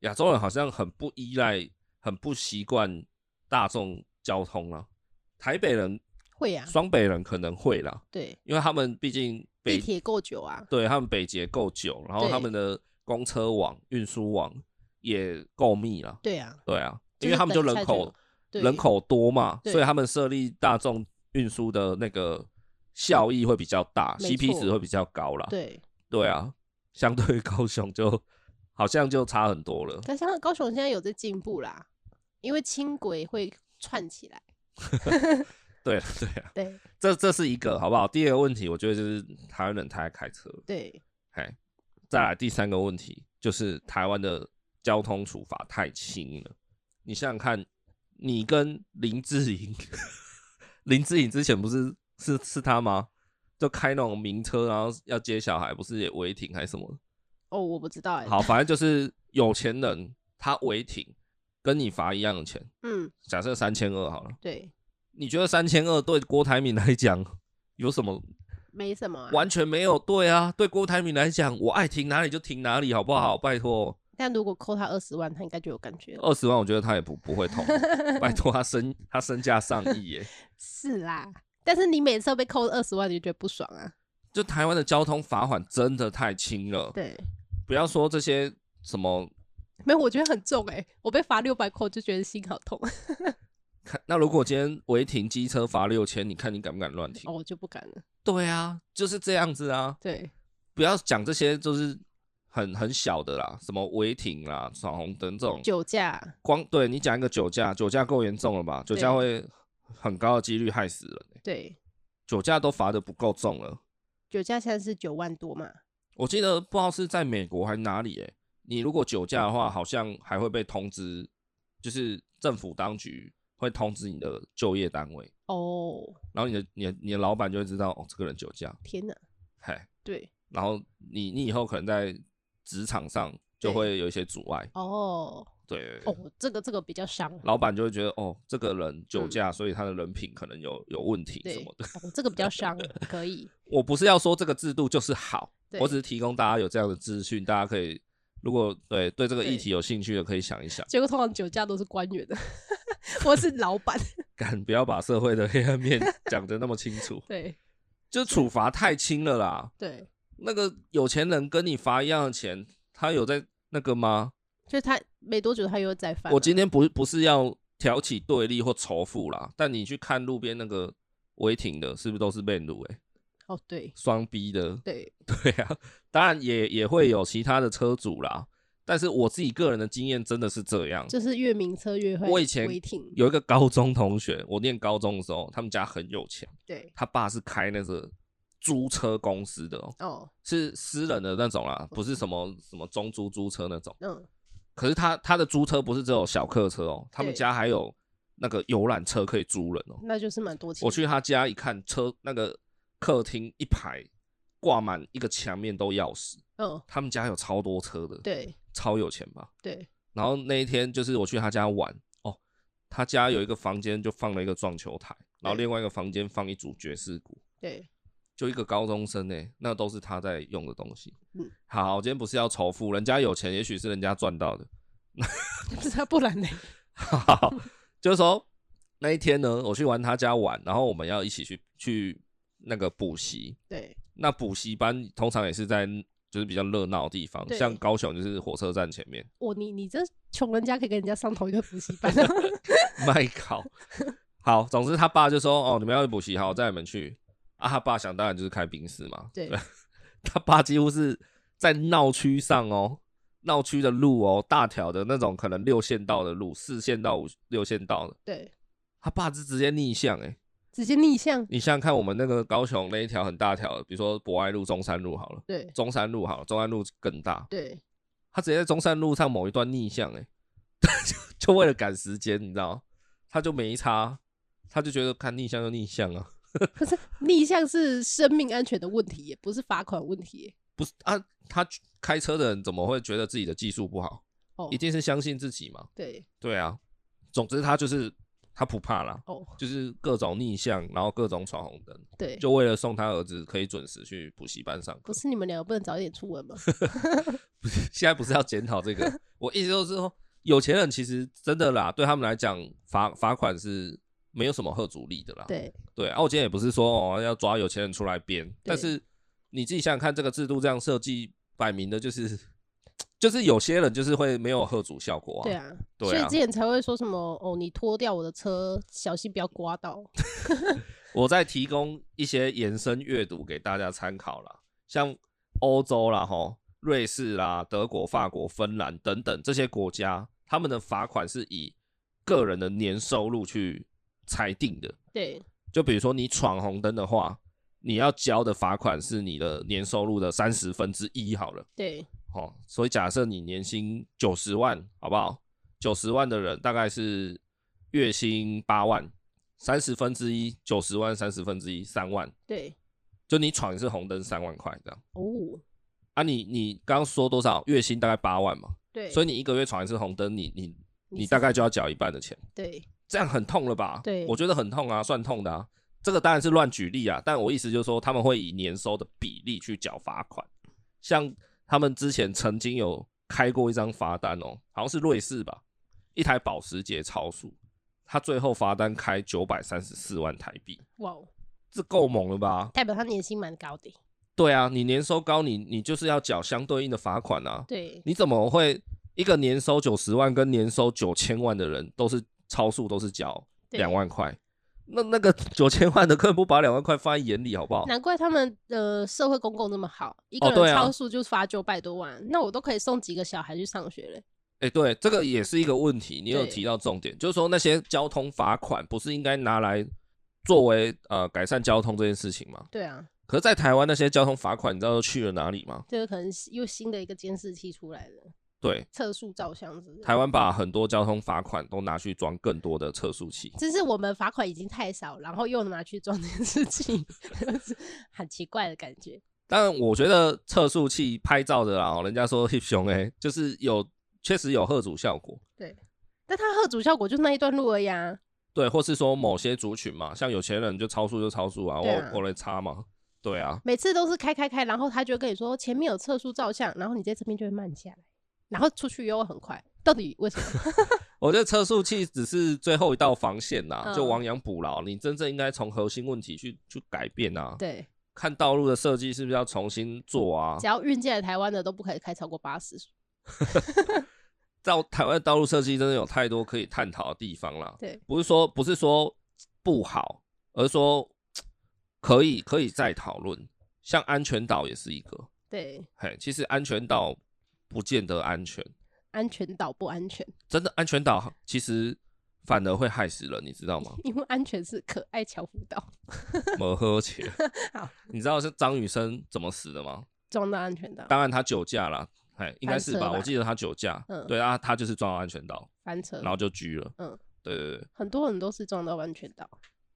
亚洲人好像很不依赖、很不习惯大众交通啊。台北人、会啊，双北人可能会啦，对，因为他们毕竟北地铁够久啊，对他们北捷够久，然后对他们的公车网、运输网也够密啦。对啊，对啊，就是因为他们就等人下就口有对人口多嘛，对所以他们设立大众运输的那个效益会比较大没，CP 错值会比较高啦。对，对啊，相对于高雄就好像就差很多了。但像高雄现在有在进步啦，因为轻轨会串 起来。对对啊，对这这是一个好不好？第二个问题，我觉得就是台湾人太爱开车了。对，哎，再来第三个问题，就是台湾的交通处罚太轻了。你想想看，你跟林志颖， 林志颖之前不是是是他吗？就开那种名车，然后要接小孩，不是也违停还是什么？哦，我不知道哎、好，反正就是有钱人他违停，跟你罚一样的钱。嗯，假设三千二好了，对，你觉得三千二对郭台铭来讲有什么？没什么、啊。完全没有对啊！对郭台铭来讲，我爱停哪里就停哪里，好不好？拜托，但如果扣他二十万，他应该就有感觉了。二十万我觉得他也不不会 痛，拜托他身他身价上亿耶！是啦，但是你每次都被扣二十万，你就觉得不爽啊？就台湾的交通罚款真的太轻了，对，不要说这些什么没有，我觉得很重哎、我被罚六百扣就觉得心好痛， 看。那如果今天违停机车罚六千，你看你敢不敢乱停？哦，我就不敢了。对啊，就是这样子啊！对不要讲这些，就是很很小的啦，什么违停啦、闯红灯这种。酒驾，光对你讲一个酒驾，酒驾够严重了吧？酒驾会很高的几率害死人、欸，对，酒驾都罚的不够重了。酒驾现在是九万多嘛？我记得不知道是在美国还是哪里、欸，你如果酒驾的话，好像还会被通知，就是政府当局会通知你的就业单位，哦，然后你的你的你的老板就会知道哦，这个人酒驾，天哪，嘿，对，然后你你以后可能在职场上就会有一些阻碍， 哦对对对哦，这个这个比较伤，哦，老板就会觉得哦，这个人酒驾，所以他的人品可能有有问题嗯对哦什么的。这个比 较伤，可以，我不是要说这个制度就是好，对我只是提供大家有这样的资讯，大家可以如果对对这个对议题有兴趣的，可以想一想，结果通常酒驾都是官员的， 我是老板，敢不要把社会的黑暗面讲得那么清 楚， 对就处罚太轻了啦。对，那个有钱人跟你罚一样的钱，他有在那个吗？就是他没多久他又再犯了，我今天不不是要挑起对立或仇富啦，但你去看路边那个违停的，是不是都是被路诶、欸哦对双逼的， 对对啊，当然也也会有其他的车主啦，但是我自己个人的经验真的是这样。就是越名车越嗯会，我以前违停，有一个高中同学，我念高中的时候，他们家很有钱，对他爸是开那个租车公司的、哦，哦是私人的那种啦，不是什么什么中租租车那种。嗯可是他他的租车不是只有小客车哦，他们对家还有那个游览车可以租人哦。那就是蛮多钱，我去他家一看，车那个客厅一排挂满一个墙面都钥匙，嗯他们家有超多车的，对超有钱吧？对然后那一天就是我去他家玩，哦，他家有一个房间就放了一个撞球台，然后对另外一个房间放一组爵士鼓，对就一个高中生呢、那都是他在用的东西。嗯好，我今天不是要仇富，人家有钱，也许是人家赚到的。 是他 不然呢？好就是说那一天呢，我去玩他家玩，然后我们要一起去去那个补习，对那补习班通常也是在就是比较热闹的地方，对像高雄就是火车站前面我哦你你这穷人家可以跟人家上同一个补习 班，啊卖烤。好，总之他爸就说：“哦，你们要去补习，好，我带你们去。”啊，他爸想当然就是开宾士嘛。 对，他爸几乎是在闹区上哦，闹区的路哦，大条的那种可能六线道的路，四线道、五六线道的，对，他爸是直接逆向哎、欸直接逆向，你想想看，我们那个高雄那一条很大条的，比如说博爱路、中山路好了，对中山路好了，中山路更大，对，他直接在中山路上某一段逆向、欸， 就就为了赶时间，你知道吗，他就没差，他就觉得看逆向就逆向啊，可是逆向是生命安全的问题耶，不是罚款问题耶。不是啊，他开车的人怎么会觉得自己的技术不好？哦一，定是相信自己嘛，对，对啊，总之他就是他不怕啦，哦，就是各种逆向，然后各种闯红灯，对，就为了送他儿子可以准时去补习班上课不。是你们两个不能早一点出门吗？啊现在不是要检讨这 个，我一直都是说，有钱人其实真的啦，对他们来讲，罚罚款是没有什么贺阻力的啦。对，对啊，我今天也不是说哦要抓有钱人出来编，但是你自己想想看，这个制度这样设计，摆明的就是。就是有些人就是会没有贺阻效果啊，对啊，对所以啊之前才会说什么哦，你拖掉我的车，小心不要刮 到。我再提供一些延伸阅读给大家参考啦，像欧洲啦、吼瑞士啦、德国、法国、芬兰等等这些国家，他们的罚款是以个人的年收入去裁定的。对，就比如说你闯红灯的话，你要交的罚款是你的年收入的三十分之一好了。对，哦，所以假设你年薪九十万，好不好？九十万的人大概是月薪八万，三十分之一，九十万三十分之一，三万，对，就你闯一次红灯三万块这样。哦，啊你，你刚刚说多少？月薪大概八万嘛，对，所以你一个月闯一次红灯，你你你你是大概就要缴一半的钱，对，这样很痛了吧？对我觉得很痛啊，算痛的啊。这个当然是乱举例啊，但我意思就是说，他们会以年收的比例去缴罚款。像他们之前曾经有开过一张罚单哦，好像是瑞士吧，一台保时捷超速，他最后罚单开九百三十四万台币，哇哦，这够猛了吧？代表他年薪蛮高的。对啊，你年收高，你你就是要缴相对应的罚款啊。对，你怎么会一个年收九十万跟年收九千万的人都是超速，都是缴对两万块？那那个九千万的根本不把两万块放在眼里，好不好？难怪他们呃社会公共那么好，一个哦对人啊超速就罚九百多万，那我都可以送几个小孩去上学嘞。哎、对，这个也是一个问题，你有对提到重点，就是说那些交通罚款不是应该拿来作为呃改善交通这件事情吗？对啊，可是，在台湾那些交通罚款，你知道都去了哪里吗？这个可能是又新的一个监视器出来了，对，测速照相之类的。台湾把很多交通罚款都拿去装更多的测速器，只是我们罚款已经太少，然后又拿去装这件事 情，很奇怪的感觉。但我觉得测速器拍照的啦，哦人家说 hip 熊哎，就是有确实有贺主效果，但它贺主效果就那一段路而已啊。对，或是说某些族群嘛，像有钱人就超速就超速啊，对啊我我来擦嘛，对啊，每次都是开开开，然后他就会跟你说前面有测速照相，然后你在这边就会慢下来，然后出去又会很快。到底为什么？ 我觉得测速器只是最后一道防线呐、嗯就亡羊补牢，你真正应该从核心问题去去改变啊，对， 看道路的设计是不是要重新做啊只，要运进来台湾的都不可以开超过八十。到台湾的道路设计真的有太多可以探讨的地方啦，对，不是说不是说不好，而是说可以可以再讨论。像安全岛也是一个，对，嘿，其实安全岛不见得安全，安全岛不安全，真的安全岛其实反而会害死人，你知道 吗？因为安全是可爱巧虎岛没喝钱好，你知道是张雨生怎么死的吗？装到安全岛当然他酒驾啦，嘿，应该是翻车吧？吧我记得他酒驾，嗯对啊，他就是撞到安全岛，翻车然，后就拘了，嗯，对对对。很多人都是撞到安全岛。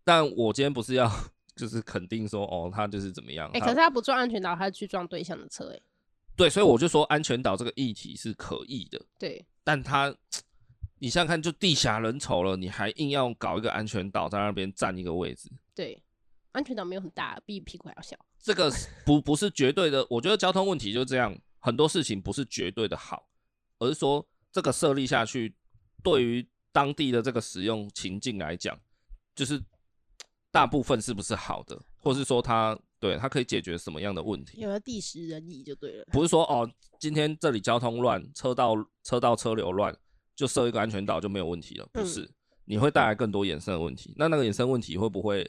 但我今天不是要 就是肯定说哦，他就是怎么样？哎、他可是他不撞安全岛，他去撞对象的车、哎，对，所以我就说安全岛这个议题是可议的，对但它你想想看，就地狭人稠了，你还硬要搞一个安全岛在那边占一个位置，对，安全岛没有很大，比屁股还要小。这个是不不是绝对的。我觉得交通问题就这样，很多事情不是绝对的好，而是说这个设立下去，对于当地的这个使用情境来讲，就是大部分是不是好的？或是说它对它可以解决什么样的问题有？了地时人矣就对了。不是说哦，今天这里交通乱，车道车道车流乱，就设一个安全岛就没有问题了，不嗯是？你会带来更多衍生的问题。那那个衍生问题会不会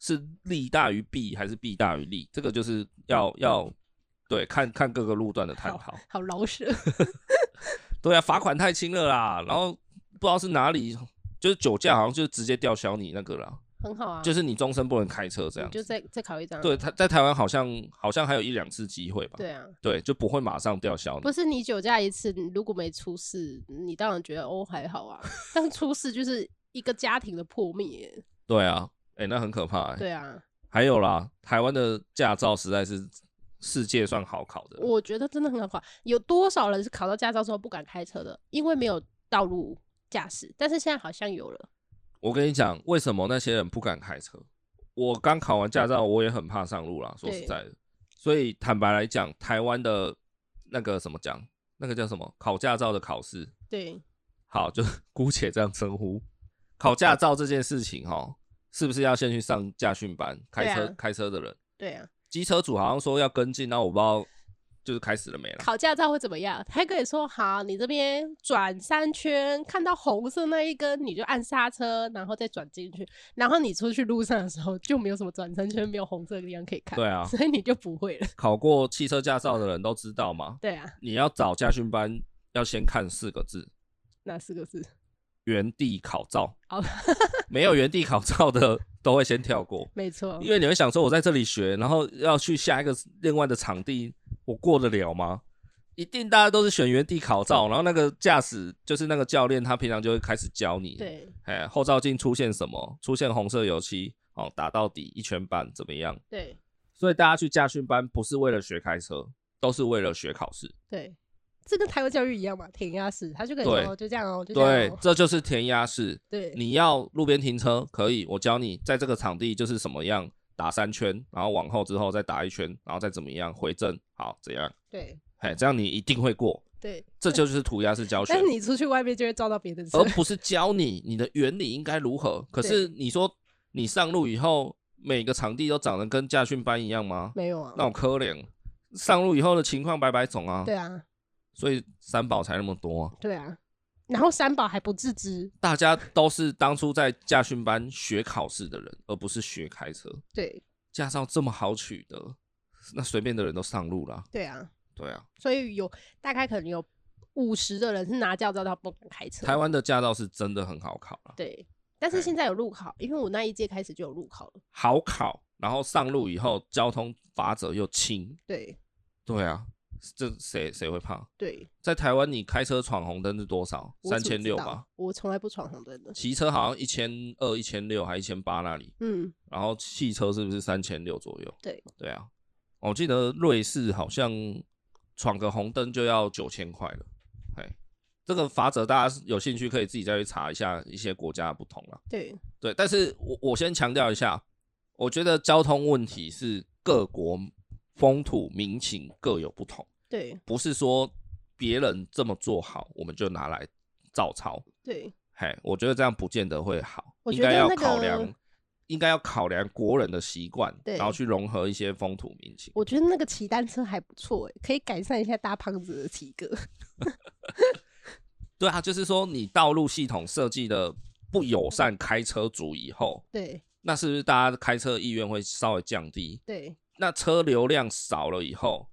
是利大于弊，还是弊大于利？这个就是要要对看看各个路段的探讨。嗯好老舍，对啊，罚款太轻了啦，然后不知道是哪里，就是酒驾好像就直接吊销你那个啦，很好啊，就是是你终身不能开车这样你。就再再考一张。对，他在台湾好像好像还有一两次机会吧。啊对啊，对，就不会马上吊销你不。是你酒驾一次，你如果没出事，你当然觉得哦还好啊，但出事就是一个家庭的破灭。对啊，哎、那很可怕、欸。对啊，还有啦，台湾的驾照实在是世界算好考的。我觉得真的很好考。有多少人是考到驾照之后不敢开车的？因为没有道路驾驶，但是现在好像有了。我跟你讲，为什么那些人不敢开车？我刚考完驾照，我也很怕上路啦。说对实在的，所以坦白来讲，台湾的那个什么讲，那个叫什么考驾照的考试，对，好， 就姑且这样称呼。考驾照这件事情，哈，是不是要先去上驾训班？开车、对啊开车的人，对啊，机车主好像说要跟进，那我不知道就是开始了没了。考驾照会怎么样？他跟你说，好，你这边转三圈，看到红色那一根你就按刹车，然后再转进去。然后你出去路上的时候就没有什么转三圈，没有红色的地方可以看，对 啊所以你就不会了。考过汽车驾照的人都知道嘛，对啊，你要找驾训班，要先看四个字：那四个字。原地考照。好，没有原地考照的都会先跳过，没错，因为你会想说，我在这里学，然后要去下一个另外的场地，我过得了吗？一定大家都是选原地考照，然后那个驾驶就是那个教练，他平常就会开始教你，，对哎，后照镜出现什么，出现红色油漆，哦，打到底一圈半怎么样？对所以大家去驾训班不是为了学开车，都是为了学考试。对，这跟台湾教育一样嘛，填鸭式，他就跟你对说就这样哦，就这对样哦，，这就是填鸭式。对你要路边停车可以，我教你在这个场地就是什么样打三圈，然后往后之后再打一圈，然后再怎么样回正，好怎样？对嘿，这样你一定会过，对，这就是涂鸦式教学但，你出去外面就会撞到别人车而，不是教你你的原理应该如何。可是你说你上路以后，每个场地都长得跟驾训班一样吗？没有啊那，我可怜，上路以后的情况百百种啊对，啊所以三宝才那么多啊、对啊，然后三宝还不自知，大家都是当初在驾训班学考试的人，而不是学开车。对驾照这么好取得，那随便的人都上路啦。对啊，对啊，所以有大概可能有五十的人是拿驾照到不敢开车，台湾的驾照是真的很好考啦，对，但是现在有路考，因为我那一届开始就有路考了，好考，然后上路以后交通法则又轻。对对啊，这谁谁会怕？对，在台湾，你开车闯红灯是多少？我三怎么千知六道吧。，我从来不闯红灯的，骑车好像一千二、一千六还一千八那里，嗯，然后汽车是不是三千六左右？对对啊，我记得瑞士好像闯个红灯就要九千块了。哎，这个法则大家有兴趣可以自己再去查一下一些国家的不同啦。对对，但是我我先强调一下，我觉得交通问题是各国风土民情各有不同，对不是说别人这么做好，我们就拿来照抄。对，嘿，我觉得这样不见得会好，我应觉得该要那个考量，应该要考量国人的习惯，对然后去融合一些风土民情。我觉得那个骑单车还不错、欸，可以改善一下大胖子的体格。 对啊，就是说你道路系统设计的不友善开车族以后，对那是不是大家开车意愿会稍微降低？对那车流量少了以后，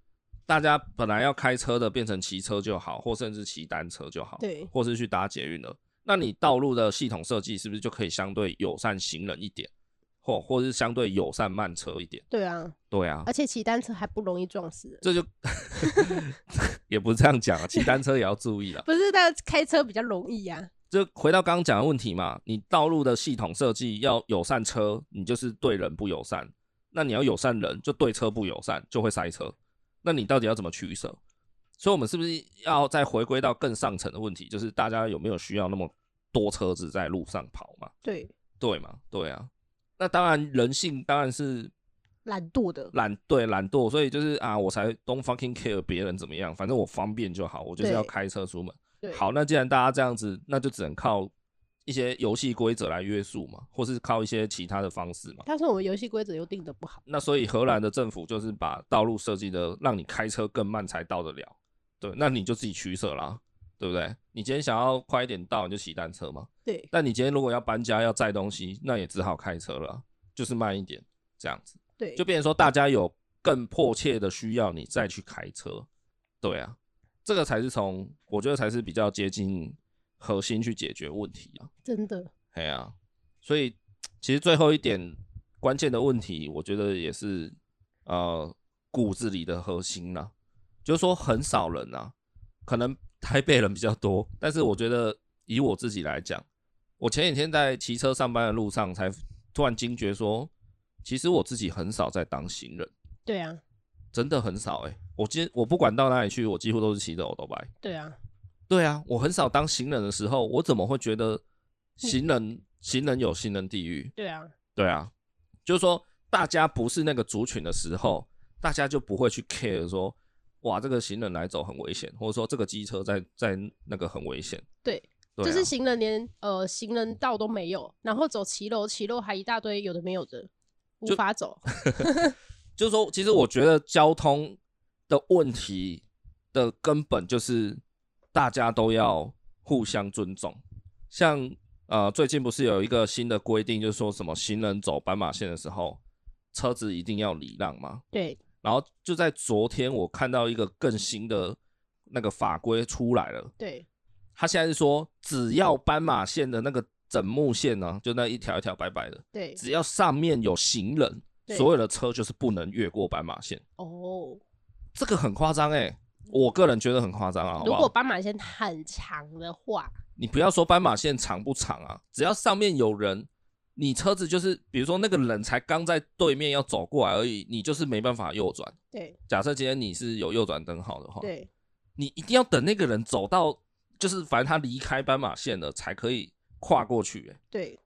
大家本来要开车的变成骑车就好，或甚至骑单车就好，对或是去搭捷运了。那你道路的系统设计是不是就可以相对友善行人一点，或或是相对友善慢车一点？对啊，对啊，而且骑单车还不容易撞死人，这就也不是这样讲啊，骑单车也要注意啦。啊不是？但开车比较容易啊。就回到刚刚讲的问题嘛，你道路的系统设计要友善车，你就是对人不友善；那你要友善人，就对车不友善，就会塞车。那你到底要怎么取舍？所以，我们是不是要再回归到更上层的问题，就是大家有没有需要那么多车子在路上跑嘛？对，对嘛？对啊。那当然，人性当然是懒惰的，懒对懒惰，所以就是啊，我才 don't fucking care 别人怎么样，反正我方便就好，我就是要对开车出门。对好，那既然大家这样子，那就只能靠一一些游戏规则来约束嘛，或是靠一些其他的方式嘛。但是我们游戏规则又定的不好，那所以荷兰的政府就是把道路设计的让你开车更慢才到得了，对，那你就自己取舍啦，对不对？你今天想要快一点到，你就骑单车嘛。对，但你今天如果要搬家要载东西，那也只好开车了啊，就是慢一点这样子，对，就变成说大家有更迫切的需要你再去开车，对啊，这个才是从我觉得才是比较接近核心去解决问题啊。真的，哎呀、所以其实最后一点关键的问题，我觉得也是呃骨子里的核心啦，就是说很少人啊，可能台北人比较多，但是我觉得以我自己来讲，我前几天在骑车上班的路上，才突然惊觉说，其实我自己很少在当行人，对啊，真的很少哎、我今我不管到哪里去，我几乎都是骑着欧都拜。对啊，对啊，我很少当行人的时候，我怎么会觉得嗯行人、行人有行人地狱？对啊，对啊，就是说大家不是那个族群的时候，大家就不会去 care 说，哇，这个行人来走很危险，或者说这个机车在在那个很危险。对，对啊、就是行人连呃行人道都没有，然后走骑楼，骑楼还一大堆有的没有的，无就法走，就是说，其实我觉得交通的问题的根本就是大家都要互相尊重。像呃，最近不是有一个新的规定，就是说什么行人走斑马线的时候，车子一定要礼让吗？对，然后就在昨天，我看到一个更新的那个法规出来了。对，他现在是说，只要斑马线的那个整木线呢、就那一条一条白白的，对，只要上面有行人，对所有的车就是不能越过斑马线。哦，这个很夸张哎、我个人觉得很夸张啊，好不如果好？斑马线很长的话，你不要说斑马线长不长啊，只要上面有人，你车子就是，比如说那个人才刚在对面要走过来而已，你就是没办法右转。对假设今天你是有右转灯号的话，对你一定要等那个人走到，就是反正他离开斑马线了，才可以跨过去、欸。对，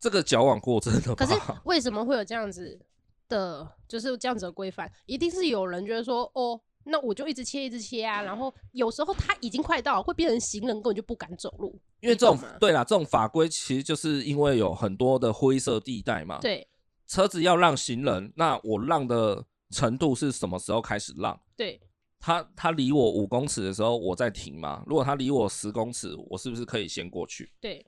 这个矫枉过正的吧？可是为什么会有这样子的，就是这样子的规范？一定是有人觉得说，哦，那我就一直切，一直切啊。然后有时候他已经快到了，会变成行人根本就不敢走路。因为这种你懂吗对啦，这种法规其实就是因为有很多的灰色地带嘛。，对车子要让行人，那我让的程度是什么时候开始让？对他他离我五公尺的时候，我再停嘛。如果他离我十公尺，我是不是可以先过去？对，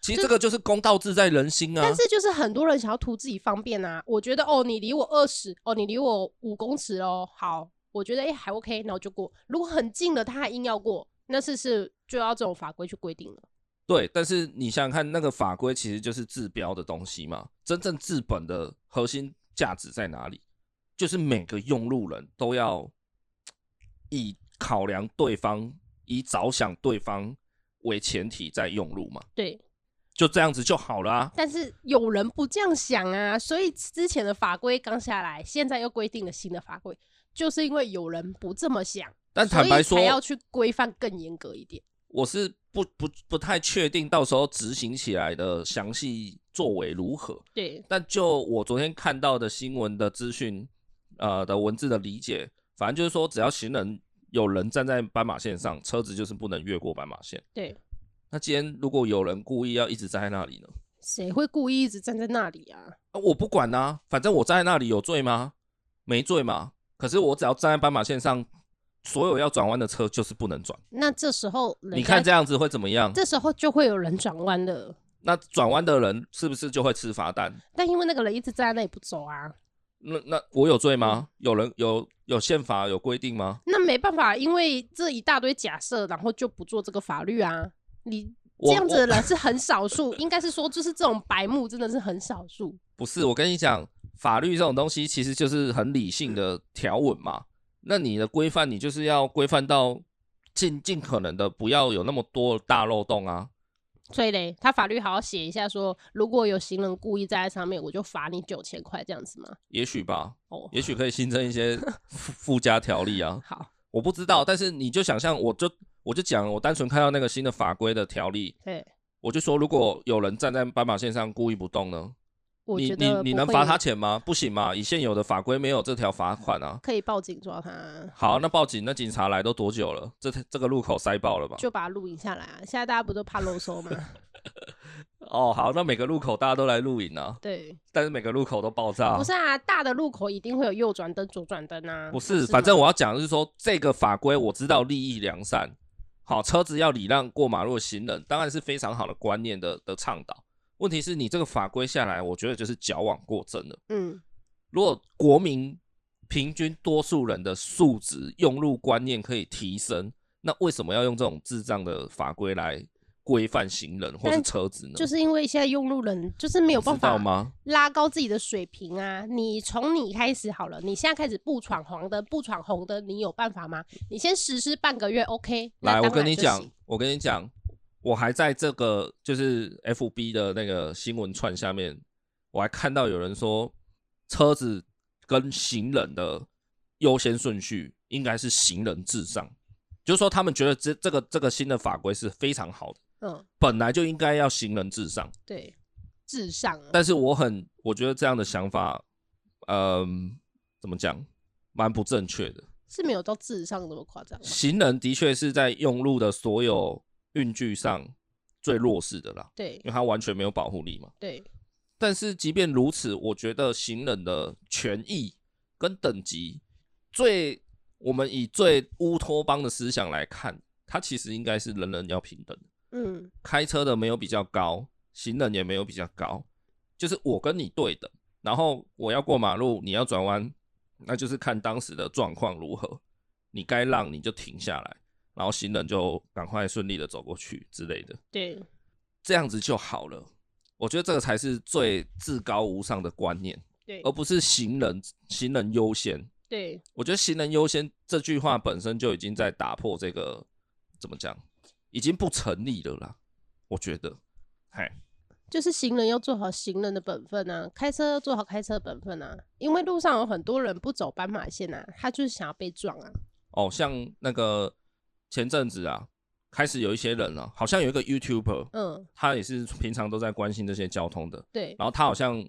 其实这个就是公道自在人心啊。但是就是很多人想要图自己方便啊。我觉得哦，你离我二十，哦，你离我五公尺哦，好，我觉得哎、还 OK，那我就过。如果很近了，他还硬要过，那是是就要这种法规去规定了。对，但是你想想看，那个法规其实就是治标的东西嘛，真正治本的核心价值在哪里？就是每个用路人都要以考量对方、以着想对方为前提在用路嘛，对，就这样子就好了啊。但是有人不这样想啊，所以之前的法规刚下来，现在又规定了新的法规，就是因为有人不这么想，但坦白说所以，才要去规范更严格一点。我是不不不太确定到时候执行起来的详细作为如何。对但就我昨天看到的新闻的资讯，呃的文字的理解，反正就是说，只要行人有人站在斑马线上，车子就是不能越过斑马线。对，那今天如果有人故意要一直站在那里呢？谁会故意一直站在那里啊？啊，我不管啊，反正我站在那里有罪吗？没罪嘛。可是我只要站在斑马线上，所有要转弯的车就是不能转。那这时候人家你看这样子会怎么样？这时候就会有人转弯了，那转弯的人是不是就会吃罚单？但因为那个人一直站在那里不走啊，那那我有罪嗯吗？有人有有宪法有规定吗？那没办法，因为这一大堆假设，然后就不做这个法律啊。你我这样子我的人是很少数，应该是说就是这种白目真的是很少数。不是，我跟你讲，法律这种东西其实就是很理性的条文嘛。那你的规范，你就是要规范到尽尽可能的不要有那么多大漏洞啊。所以嘞，他法律好好写一下说如果有行人故意站在上面，我就罚你九千块这样子吗？也许吧，哦，也许可以新增一些附附加条例啊，好，我不知道。但是你就想象，我就我就讲，我单纯看到那个新的法规的条例，对，我就说，如果有人站在斑马线上故意不动呢，我你觉你得你不能会罚有他钱吗？不行嘛，以现有的法规没有这条罚款啊。可以报警抓他，好，那报警，那警察来都多久了？这这个路口塞爆了吧？就把它录影下来啊。现在大家不都怕漏收吗？哦，好，那每个路口大家都来露营啊，对，但是每个路口都爆炸。不是啊，大的路口一定会有右转灯、左转灯啊。不是，吗反正我要讲的是说，这个法规我知道利益良善，好，车子要礼让过马路的行人，当然是非常好的观念的的倡导。问题是你这个法规下来，我觉得就是矫枉过正了。嗯，如果国民平均多数人的素质、用路观念可以提升，那为什么要用这种智障的法规来规范行人或是但车子呢？就是因为现在用路人就是没有办知道法吗？拉高自己的水平啊！你从你开始好了，你现在开始不闯黄灯、不闯红灯，你有办法吗？你先实施半个月，OK？那来，我当跟然你就讲行，，我跟你讲，我还在这个就是 FB 的那个新闻串下面，我还看到有人说，车子跟行人的优先顺序应该是行人至上，就是说他们觉得这这个这个新的法规是非常好的，嗯，本来就应该要行人至上。对，至上啊，但是我很，我觉得这样的想法，嗯、怎么讲，蛮不正确的。是没有到至上那么夸张啊。行人的确是在用路的所有运具上最弱势的啦，对因为他完全没有保护力嘛。对，但是即便如此，我觉得行人的权益跟等级，最我们以最乌托邦的思想来看，它其实应该是人人要平等的。嗯开车的没有比较高，行人也没有比较高，就是我跟你对等，然后我要过马路，你要转弯，那就是看当时的状况如何，你该让你就停下来，然后行人就赶快顺利的走过去之类的，对，这样子就好了。我觉得这个才是最至高无上的观念，对而不是行人行人优先。对，我觉得“行人优先”这句话本身就已经在打破这个怎么讲，已经不成立了啦。我觉得，嗨，就是行人要做好行人的本分啊，开车要做好开车的本分啊，因为路上有很多人不走斑马线啊，他就是想要被撞啊。哦，像那个前阵子啊，开始有一些人啊，好像有一个 YouTuber，嗯，他也是平常都在关心这些交通的，对然后他好像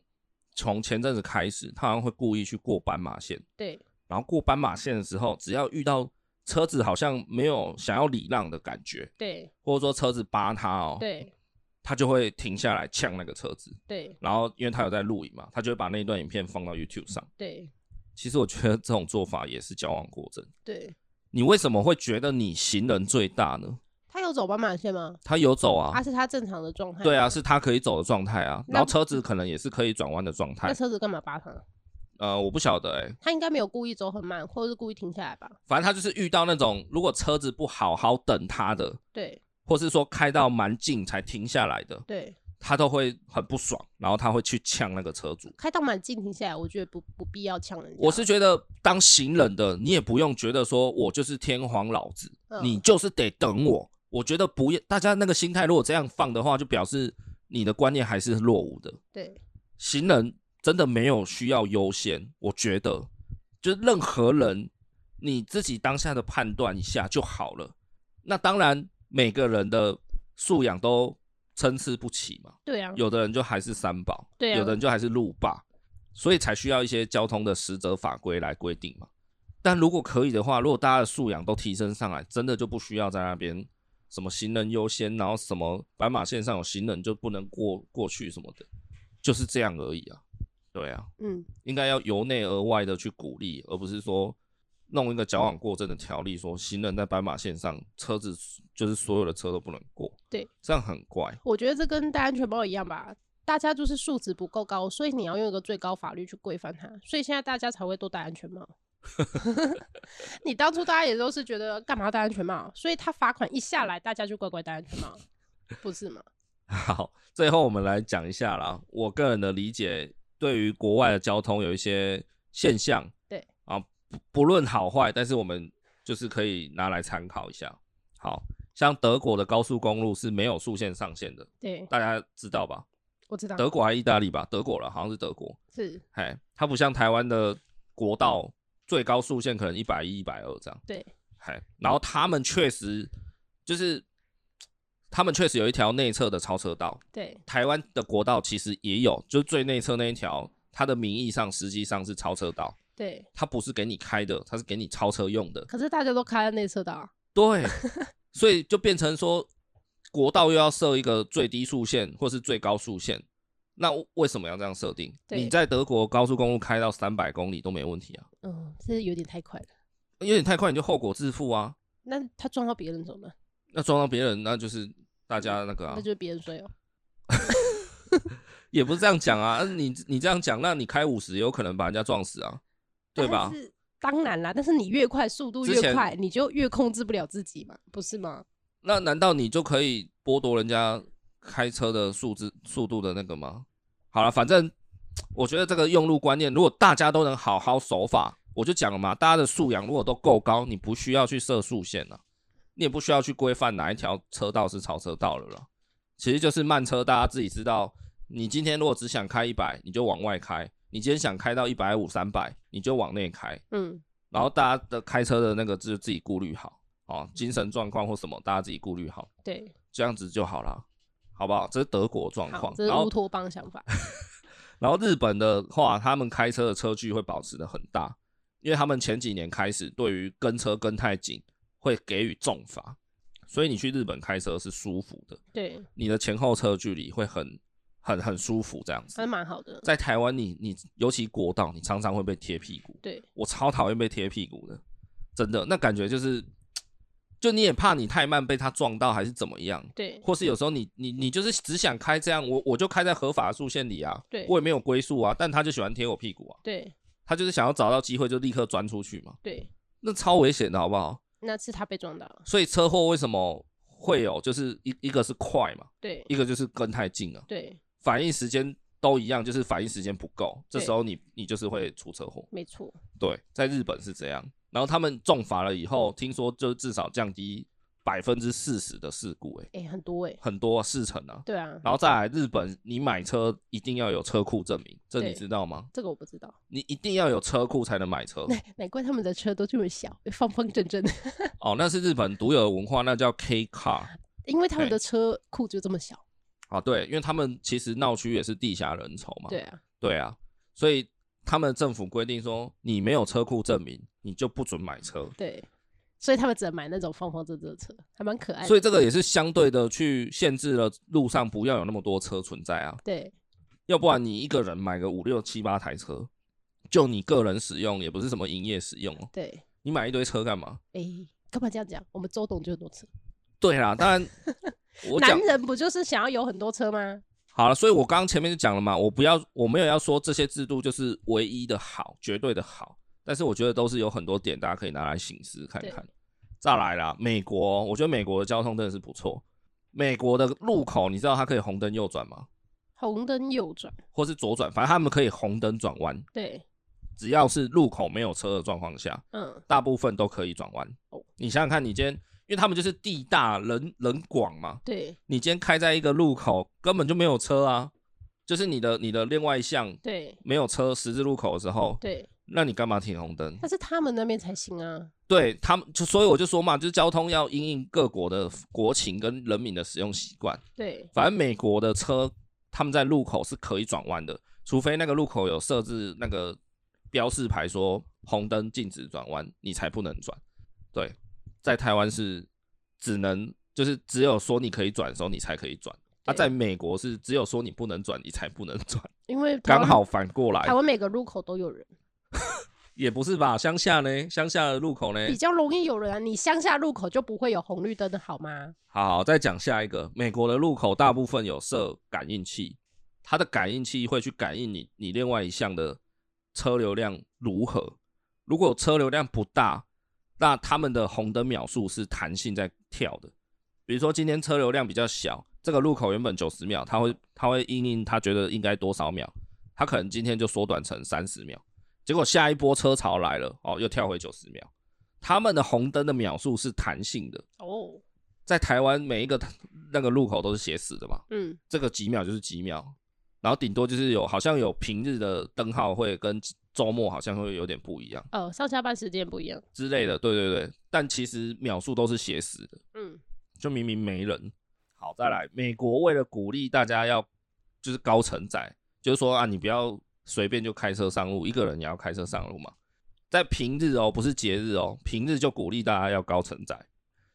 从前阵子开始，他好像会故意去过斑马线，对然后过斑马线的时候，只要遇到车子好像没有想要礼让的感觉，对或者说车子扒他哦，对他就会停下来呛那个车子。对然后因为他有在录影嘛，他就会把那一段影片放到 YouTube 上。对其实我觉得这种做法也是矫枉过正。对，你为什么会觉得你行人最大呢？他有走斑马线吗？他有走啊，啊，是他正常的状态。对啊，，是他可以走的状态啊，那然后车子可能也是可以转弯的状那态。车子干嘛扒他？呃，我不晓得哎、他应该没有故意走很慢，或者是故意停下来吧？反正他就是遇到那种如果车子不好好等他的，对或是说开到蛮近才停下来的，对，他都会很不爽，然后他会去呛那个车主。开到蛮近停下来，我觉得不不必要呛人家。我是觉得当行人的，你也不用觉得说我就是天皇老子，嗯你就是得等我。我觉得不要大家那个心态，如果这样放的话，就表示你的观念还是落伍的。对行人真的没有需要优先，我觉得就是任何人你自己当下的判断一下就好了。那当然，每个人的素养都参差不齐嘛。对啊，有的人就还是三宝，对啊有的人就还是路霸，所以才需要一些交通的实则法规来规定嘛。但如果可以的话，如果大家的素养都提升上来，真的就不需要在那边什么行人优先，然后什么斑马线上有行人就不能过过去什么的，就是这样而已啊。对啊，嗯，应该要由内而外的去鼓励，而不是说弄一个矫枉过正的条例，说行人在斑马线上，车子就是所有的车都不能过。对，这样很怪。我觉得这跟戴安全帽一样吧。大家就是素质不够高，所以你要用一个最高法律去规范它，所以现在大家才会都戴安全帽。 你当初大家也都是觉得干嘛要戴安全帽，所以他罚款一下来，大家就乖乖戴安全帽，不是吗？好，最后我们来讲一下啦，我个人的理解，对于国外的交通有一些现象，对啊，不不论好坏，但是我们就是可以拿来参考一下。好像德国的高速公路是没有速限上限的，对，大家知道吧？我知道，德国还是意大利吧？德国了，好像是德国。是哎，它不像台湾的国道最高速限可能一百一、一百二这样。对，哎，然后他们确实就是，他们确实有一条内侧的超车道，对台湾的国道其实也有，就是最内侧那一条，它的名义上实际上是超车道，对，它不是给你开的，它是给你超车用的。 可是大家都开在内车道啊，对，所以就变成说，国道又要设一个最低速限或是最高速限，那为什么要这样设定？对你在德国高速公路开到三百公里都没问题啊，嗯，这有点太快了。有点太快你就后果自负啊。那他撞到别人怎么办？那撞到别人，那就是大家那个啊那，就是别人追哦。也不是这样讲啊。你你这样讲，那你开五十有可能把人家撞死啊，对吧但？是？当然啦，但是你越快，速度之越前快，你就越控制不了自己嘛，不是吗？那难道你就可以剥夺人家开车的速之速度的那个吗？好了，反正我觉得这个用路观念，如果大家都能好好守法，我就讲了嘛，大家的素养如果都够高，你不需要去设速限了，你也不需要去规范哪一条车道是超车道了啦。其实就是慢车，大家自己知道。你今天如果只想开一百，你就往外开；你今天想开到一百五、三百，你就往内开。嗯，然后大家的开车的那个就自己顾虑好哦，精神状况或什么，大家自己顾虑好，对，这样子就好啦，好不好？这是德国状好况，，这是然乌后托邦想 法。然后日本的话，他们开车的车距会保持的很大，因为他们前几年开始对于跟车跟太紧会给予重罚，所以你去日本开车是舒服的，对，你的前后车距离会很很很舒服这样子还。蛮好的。在台湾你，你尤其国道，你常常会被贴屁股。对，我超讨厌被贴屁股的，真的，那感觉就是，就你也怕你太慢被他撞到，还是怎么样？对，或是有时候你你你就是只想开这样，我我就开在合法的速限里啊，对我也没有归宿啊，但他就喜欢贴我屁股啊，对，他就是想要找到机会就立刻钻出去嘛，对，那超危险的好不好？那次他被撞到了。所以车祸为什么会有？就是一一个是快嘛，对，一个就是跟太近了，对，反应时间都一样，就是反应时间不够，这对时候你你就是会出车祸。没错。对，在日本是这样。然后他们重罚了以嗯后，听说就至少降低百分之四十的事故、欸，哎、很多哎、很多啊四成啊。对啊，然后再来日本，你买车一定要有车库证明，这你对知道吗？这个我不知道， 你一定要有车库才能买车难怪他们的车都这么小，欸方方正正的， 哦，那是日本独有的文化，那叫 K car 因为他们的车库就这么小。啊，对，因为他们其实闹区也是地狭人稠嘛，对啊，对啊，所以他们政府规定说，你没有车库证明，你就不准买车，对，所以他们只能买那种方方正正的车，还蛮可爱的。所以这个也是相对的去限制了路上不要有那么多车存在啊，对要不然你一个人买个五六七八台车，就你个人使用，也不是什么营业使用哦。对，你买一堆车干嘛？哎、干嘛这样讲？我们周董就很多车，对啦， 当然我男讲人不就是想要有很多车吗？好了，所以我刚刚前面就讲了嘛，我不要，我没有要说这些制度就是唯一的好，绝对的好，但是我觉得都是有很多点大家可以拿来醒思看看。再来啦，美国，哦我觉得美国的交通真的是不错。美国的路口，你知道它可以红灯右转吗？红灯右转，或是左转，反正他们可以红灯转弯，对，只要是路口没有车的状况下，嗯，大部分都可以转弯哦。你想想看，你今天因为他们就是地大人人广嘛，对你今天开在一个路口根本就没有车啊，就是你的你的另外一项对没有车十字路口的时候，对，那你干嘛停红灯？但是他们那边才行啊，对他们，就所以我就说嘛，就是交通要因应各国的国情跟人民的使用习惯。对反正美国的车他们在路口是可以转弯的，除非那个路口有设置那个标示牌说红灯禁止转弯，你才不能转。对，在台湾是只能就是只有说你可以转的时候你才可以转，那、对在美国是只有说你不能转你才不能转，因为台湾刚好反过台来湾每个路口都有人，也不是吧？乡下呢，乡下的路口呢？比较容易有人啊。你乡下路口就不会有红绿灯的好吗？好好，再讲下一个。美国的路口大部分有设感应器，它的感应器会去感应你你另外一项的车流量如何。如果车流量不大，那他们的红灯秒数是弹性在跳的。比如说今天车流量比较小，这个路口原本九十秒，它会它会因应它觉得应该多少秒，它可能今天就缩短成三十秒。结果下一波车潮来了，哦，又跳回九十秒。他们的红灯的秒数是弹性的，哦，在台湾每一个那个路口都是写死的嘛，嗯，这个几秒就是几秒，然后顶多就是有好像有平日的灯号会跟周末好像会有点不一样哦，上下班时间不一样，之类的，对对对，但其实秒数都是写死的，嗯，就明明没人。好，再来，美国为了鼓励大家要就是高承载，就是说啊，你不要随便就开车上路，一个人也要开车上路嘛。在平日哦，不是节日哦，平日就鼓励大家要高承载，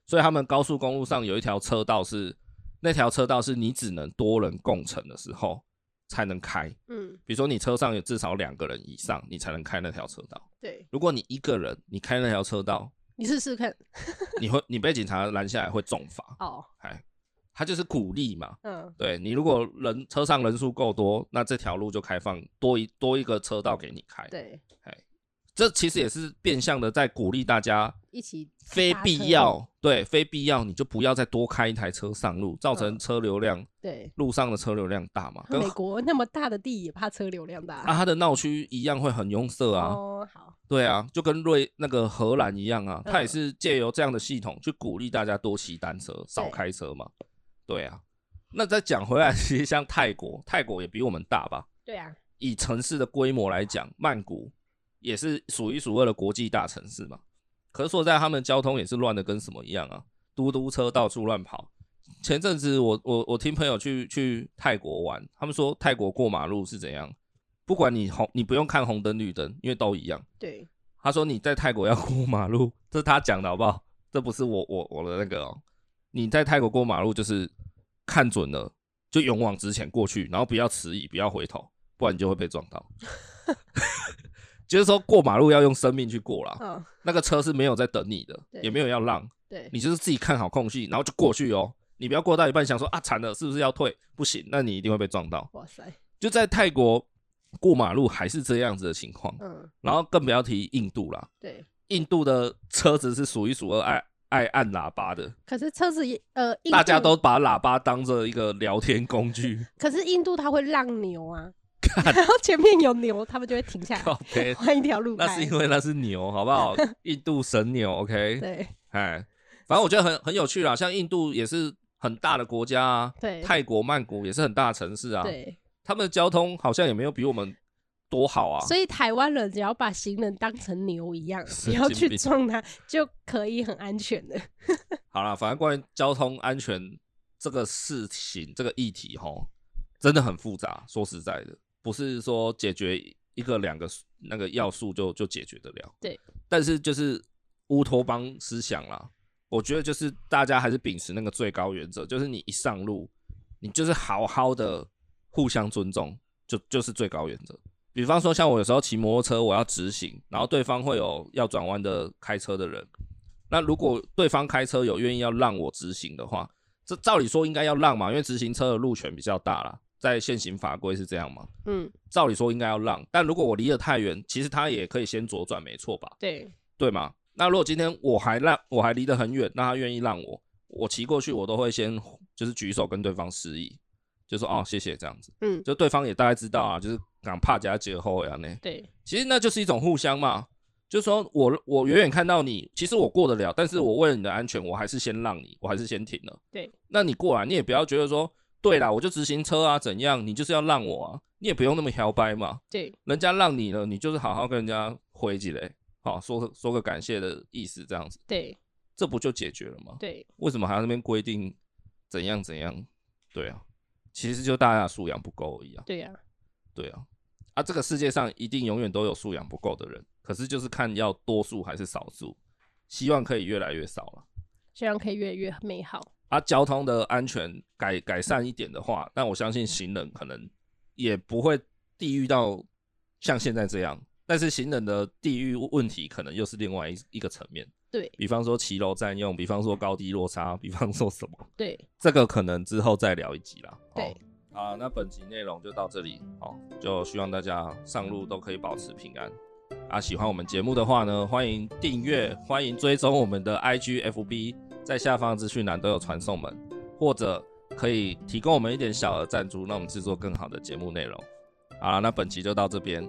所以他们高速公路上有一条车道是那条车道是你只能多人共乘的时候才能开。嗯，比如说你车上有至少两个人以上，你才能开那条车道。对，如果你一个人，你开那条车道，你试试看。你会你被警察拦下来会重罚。哦，哎，他就是鼓励嘛。嗯，对你如果人车上人数够多，那这条路就开放多一多一个车道给你开。对，这其实也是变相的在鼓励大家，一起非搭车必要对非必要你就不要再多开一台车上路，造成嗯车流量、对。路上的车流量大嘛，跟美国那么大的地也怕车流量大啊它的闹区一样会很拥塞啊。哦，好，对啊，就跟瑞那个荷兰一样啊，嗯它也是借由这样的系统去鼓励大家多骑单车，少开车嘛。对啊，那再讲回来，其实像泰国，泰国也比我们大吧？对啊，以城市的规模来讲，曼谷也是数一数二的国际大城市嘛。可是说实在他们交通也是乱的跟什么一样啊，嘟嘟车到处乱跑。前阵子我我我听朋友去去泰国玩，他们说泰国过马路是怎样，不管你红你不用看红灯绿灯，因为都一样。对，他说你在泰国要过马路，这是他讲的好不好？这不是我我我的那个哦。你在泰国过马路就是看准了就勇往直前过去，然后不要迟疑，不要回头，不然你就会被撞 到。就是说过马路要用生命去过啦，嗯，那个车是没有在等你的，对也没有要让，对，你就是自己看好空隙，然后就过去哦。你不要过到一半想说啊惨了，是不是要退？不行，那你一定会被撞到。哇塞，就在泰国过马路还是这样子的情况，嗯，然后更不要提印度啦。对。印度的车子是数一数二爱爱按喇叭的，可是车子也呃，印大家度都把喇叭当做一个聊天工具。 可是印度它会让牛啊，然后前面有牛，他们就会停下靠来背，换一条路那是开因。为那是牛，好不 好？印度神牛，OK，对哎，反正我觉得很很有趣啦。像印度也是很大的国家啊，对泰国曼谷也是很大的城市啊，对，他们的交通好像也没有比我们多好啊。所以台湾人只要把行人当成牛一样，不神要经去病撞它，就可以很安全的。好啦，反正关于交通安全这个事情，这个议题吼，真的很复杂。说实在的，不是说解决一个两个那个要素就就解决得了。对，但是就是乌托邦思想啦，我觉得就是大家还是秉持那个最高原则，就是你一上路，你就是好好的互相尊重，就就是最高原则。比方说，像我有时候骑摩托车，我要直行，然后对方会有要转弯的开车的人，那如果对方开车有愿意要让我直行的话，这照理说应该要让嘛，因为直行车的路权比较大啦，在现行法规是这样嘛，嗯，照理说应该要让。但如果我离得太远，其实他也可以先左转，没错吧？对对吗？那如果今天我还让我还离得很远，那他愿意让我，我骑过去，我都会先就是举手跟对方示意，就说哦谢谢这样子，嗯就对方也大概知道啊，就是敢怕加节后呀呢。对其实那就是一种互相嘛，就是说我我远远看到你，其实我过得了，但是我为了你的安全，我还是先让你，我还是先停了。对，那你过来，你也不要觉得说，对啦，我就直行车啊，怎样，你就是要让我啊，你也不用那么摇摆嘛，对人家让你了，你就是好好跟人家回几嘞，好说个说个感谢的意思，这样子，对这不就解决了吗？对，为什么还要那边规定怎样怎样？对啊，其实就大家的素养不够而已啊。对呀、啊，对啊，啊，这个世界上一定永远都有素养不够的人，可是就是看要多数还是少数，希望可以越来越少了。希望可以越来越美好。啊，交通的安全改改善一点的话，那我相信行人可能也不会地狱到像现在这样。但是行人的地域问题可能又是另外一一个层面，对比方说骑楼占用，比方说高低落差，比方说什么，对，这个可能之后再聊一集啦。对哦，好，那本集内容就到这里，好，就希望大家上路都可以保持平安。啊，喜欢我们节目的话呢，欢迎订阅，欢迎追踪我们的 IG、FB，在下方资讯栏都有传送门，或者可以提供我们一点小额赞助，让我们制作更好的节目内容。好了，那本期就到这边，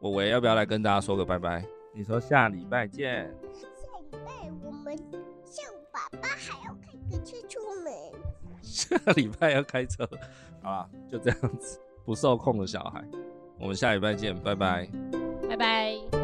我维要不要来跟大家说个拜拜？你说下礼拜见。下礼拜我们像爸爸还要开个车出门。 下礼拜要开车，好啦，就这样子，不受控的小孩，我们下礼拜见，拜拜。拜拜。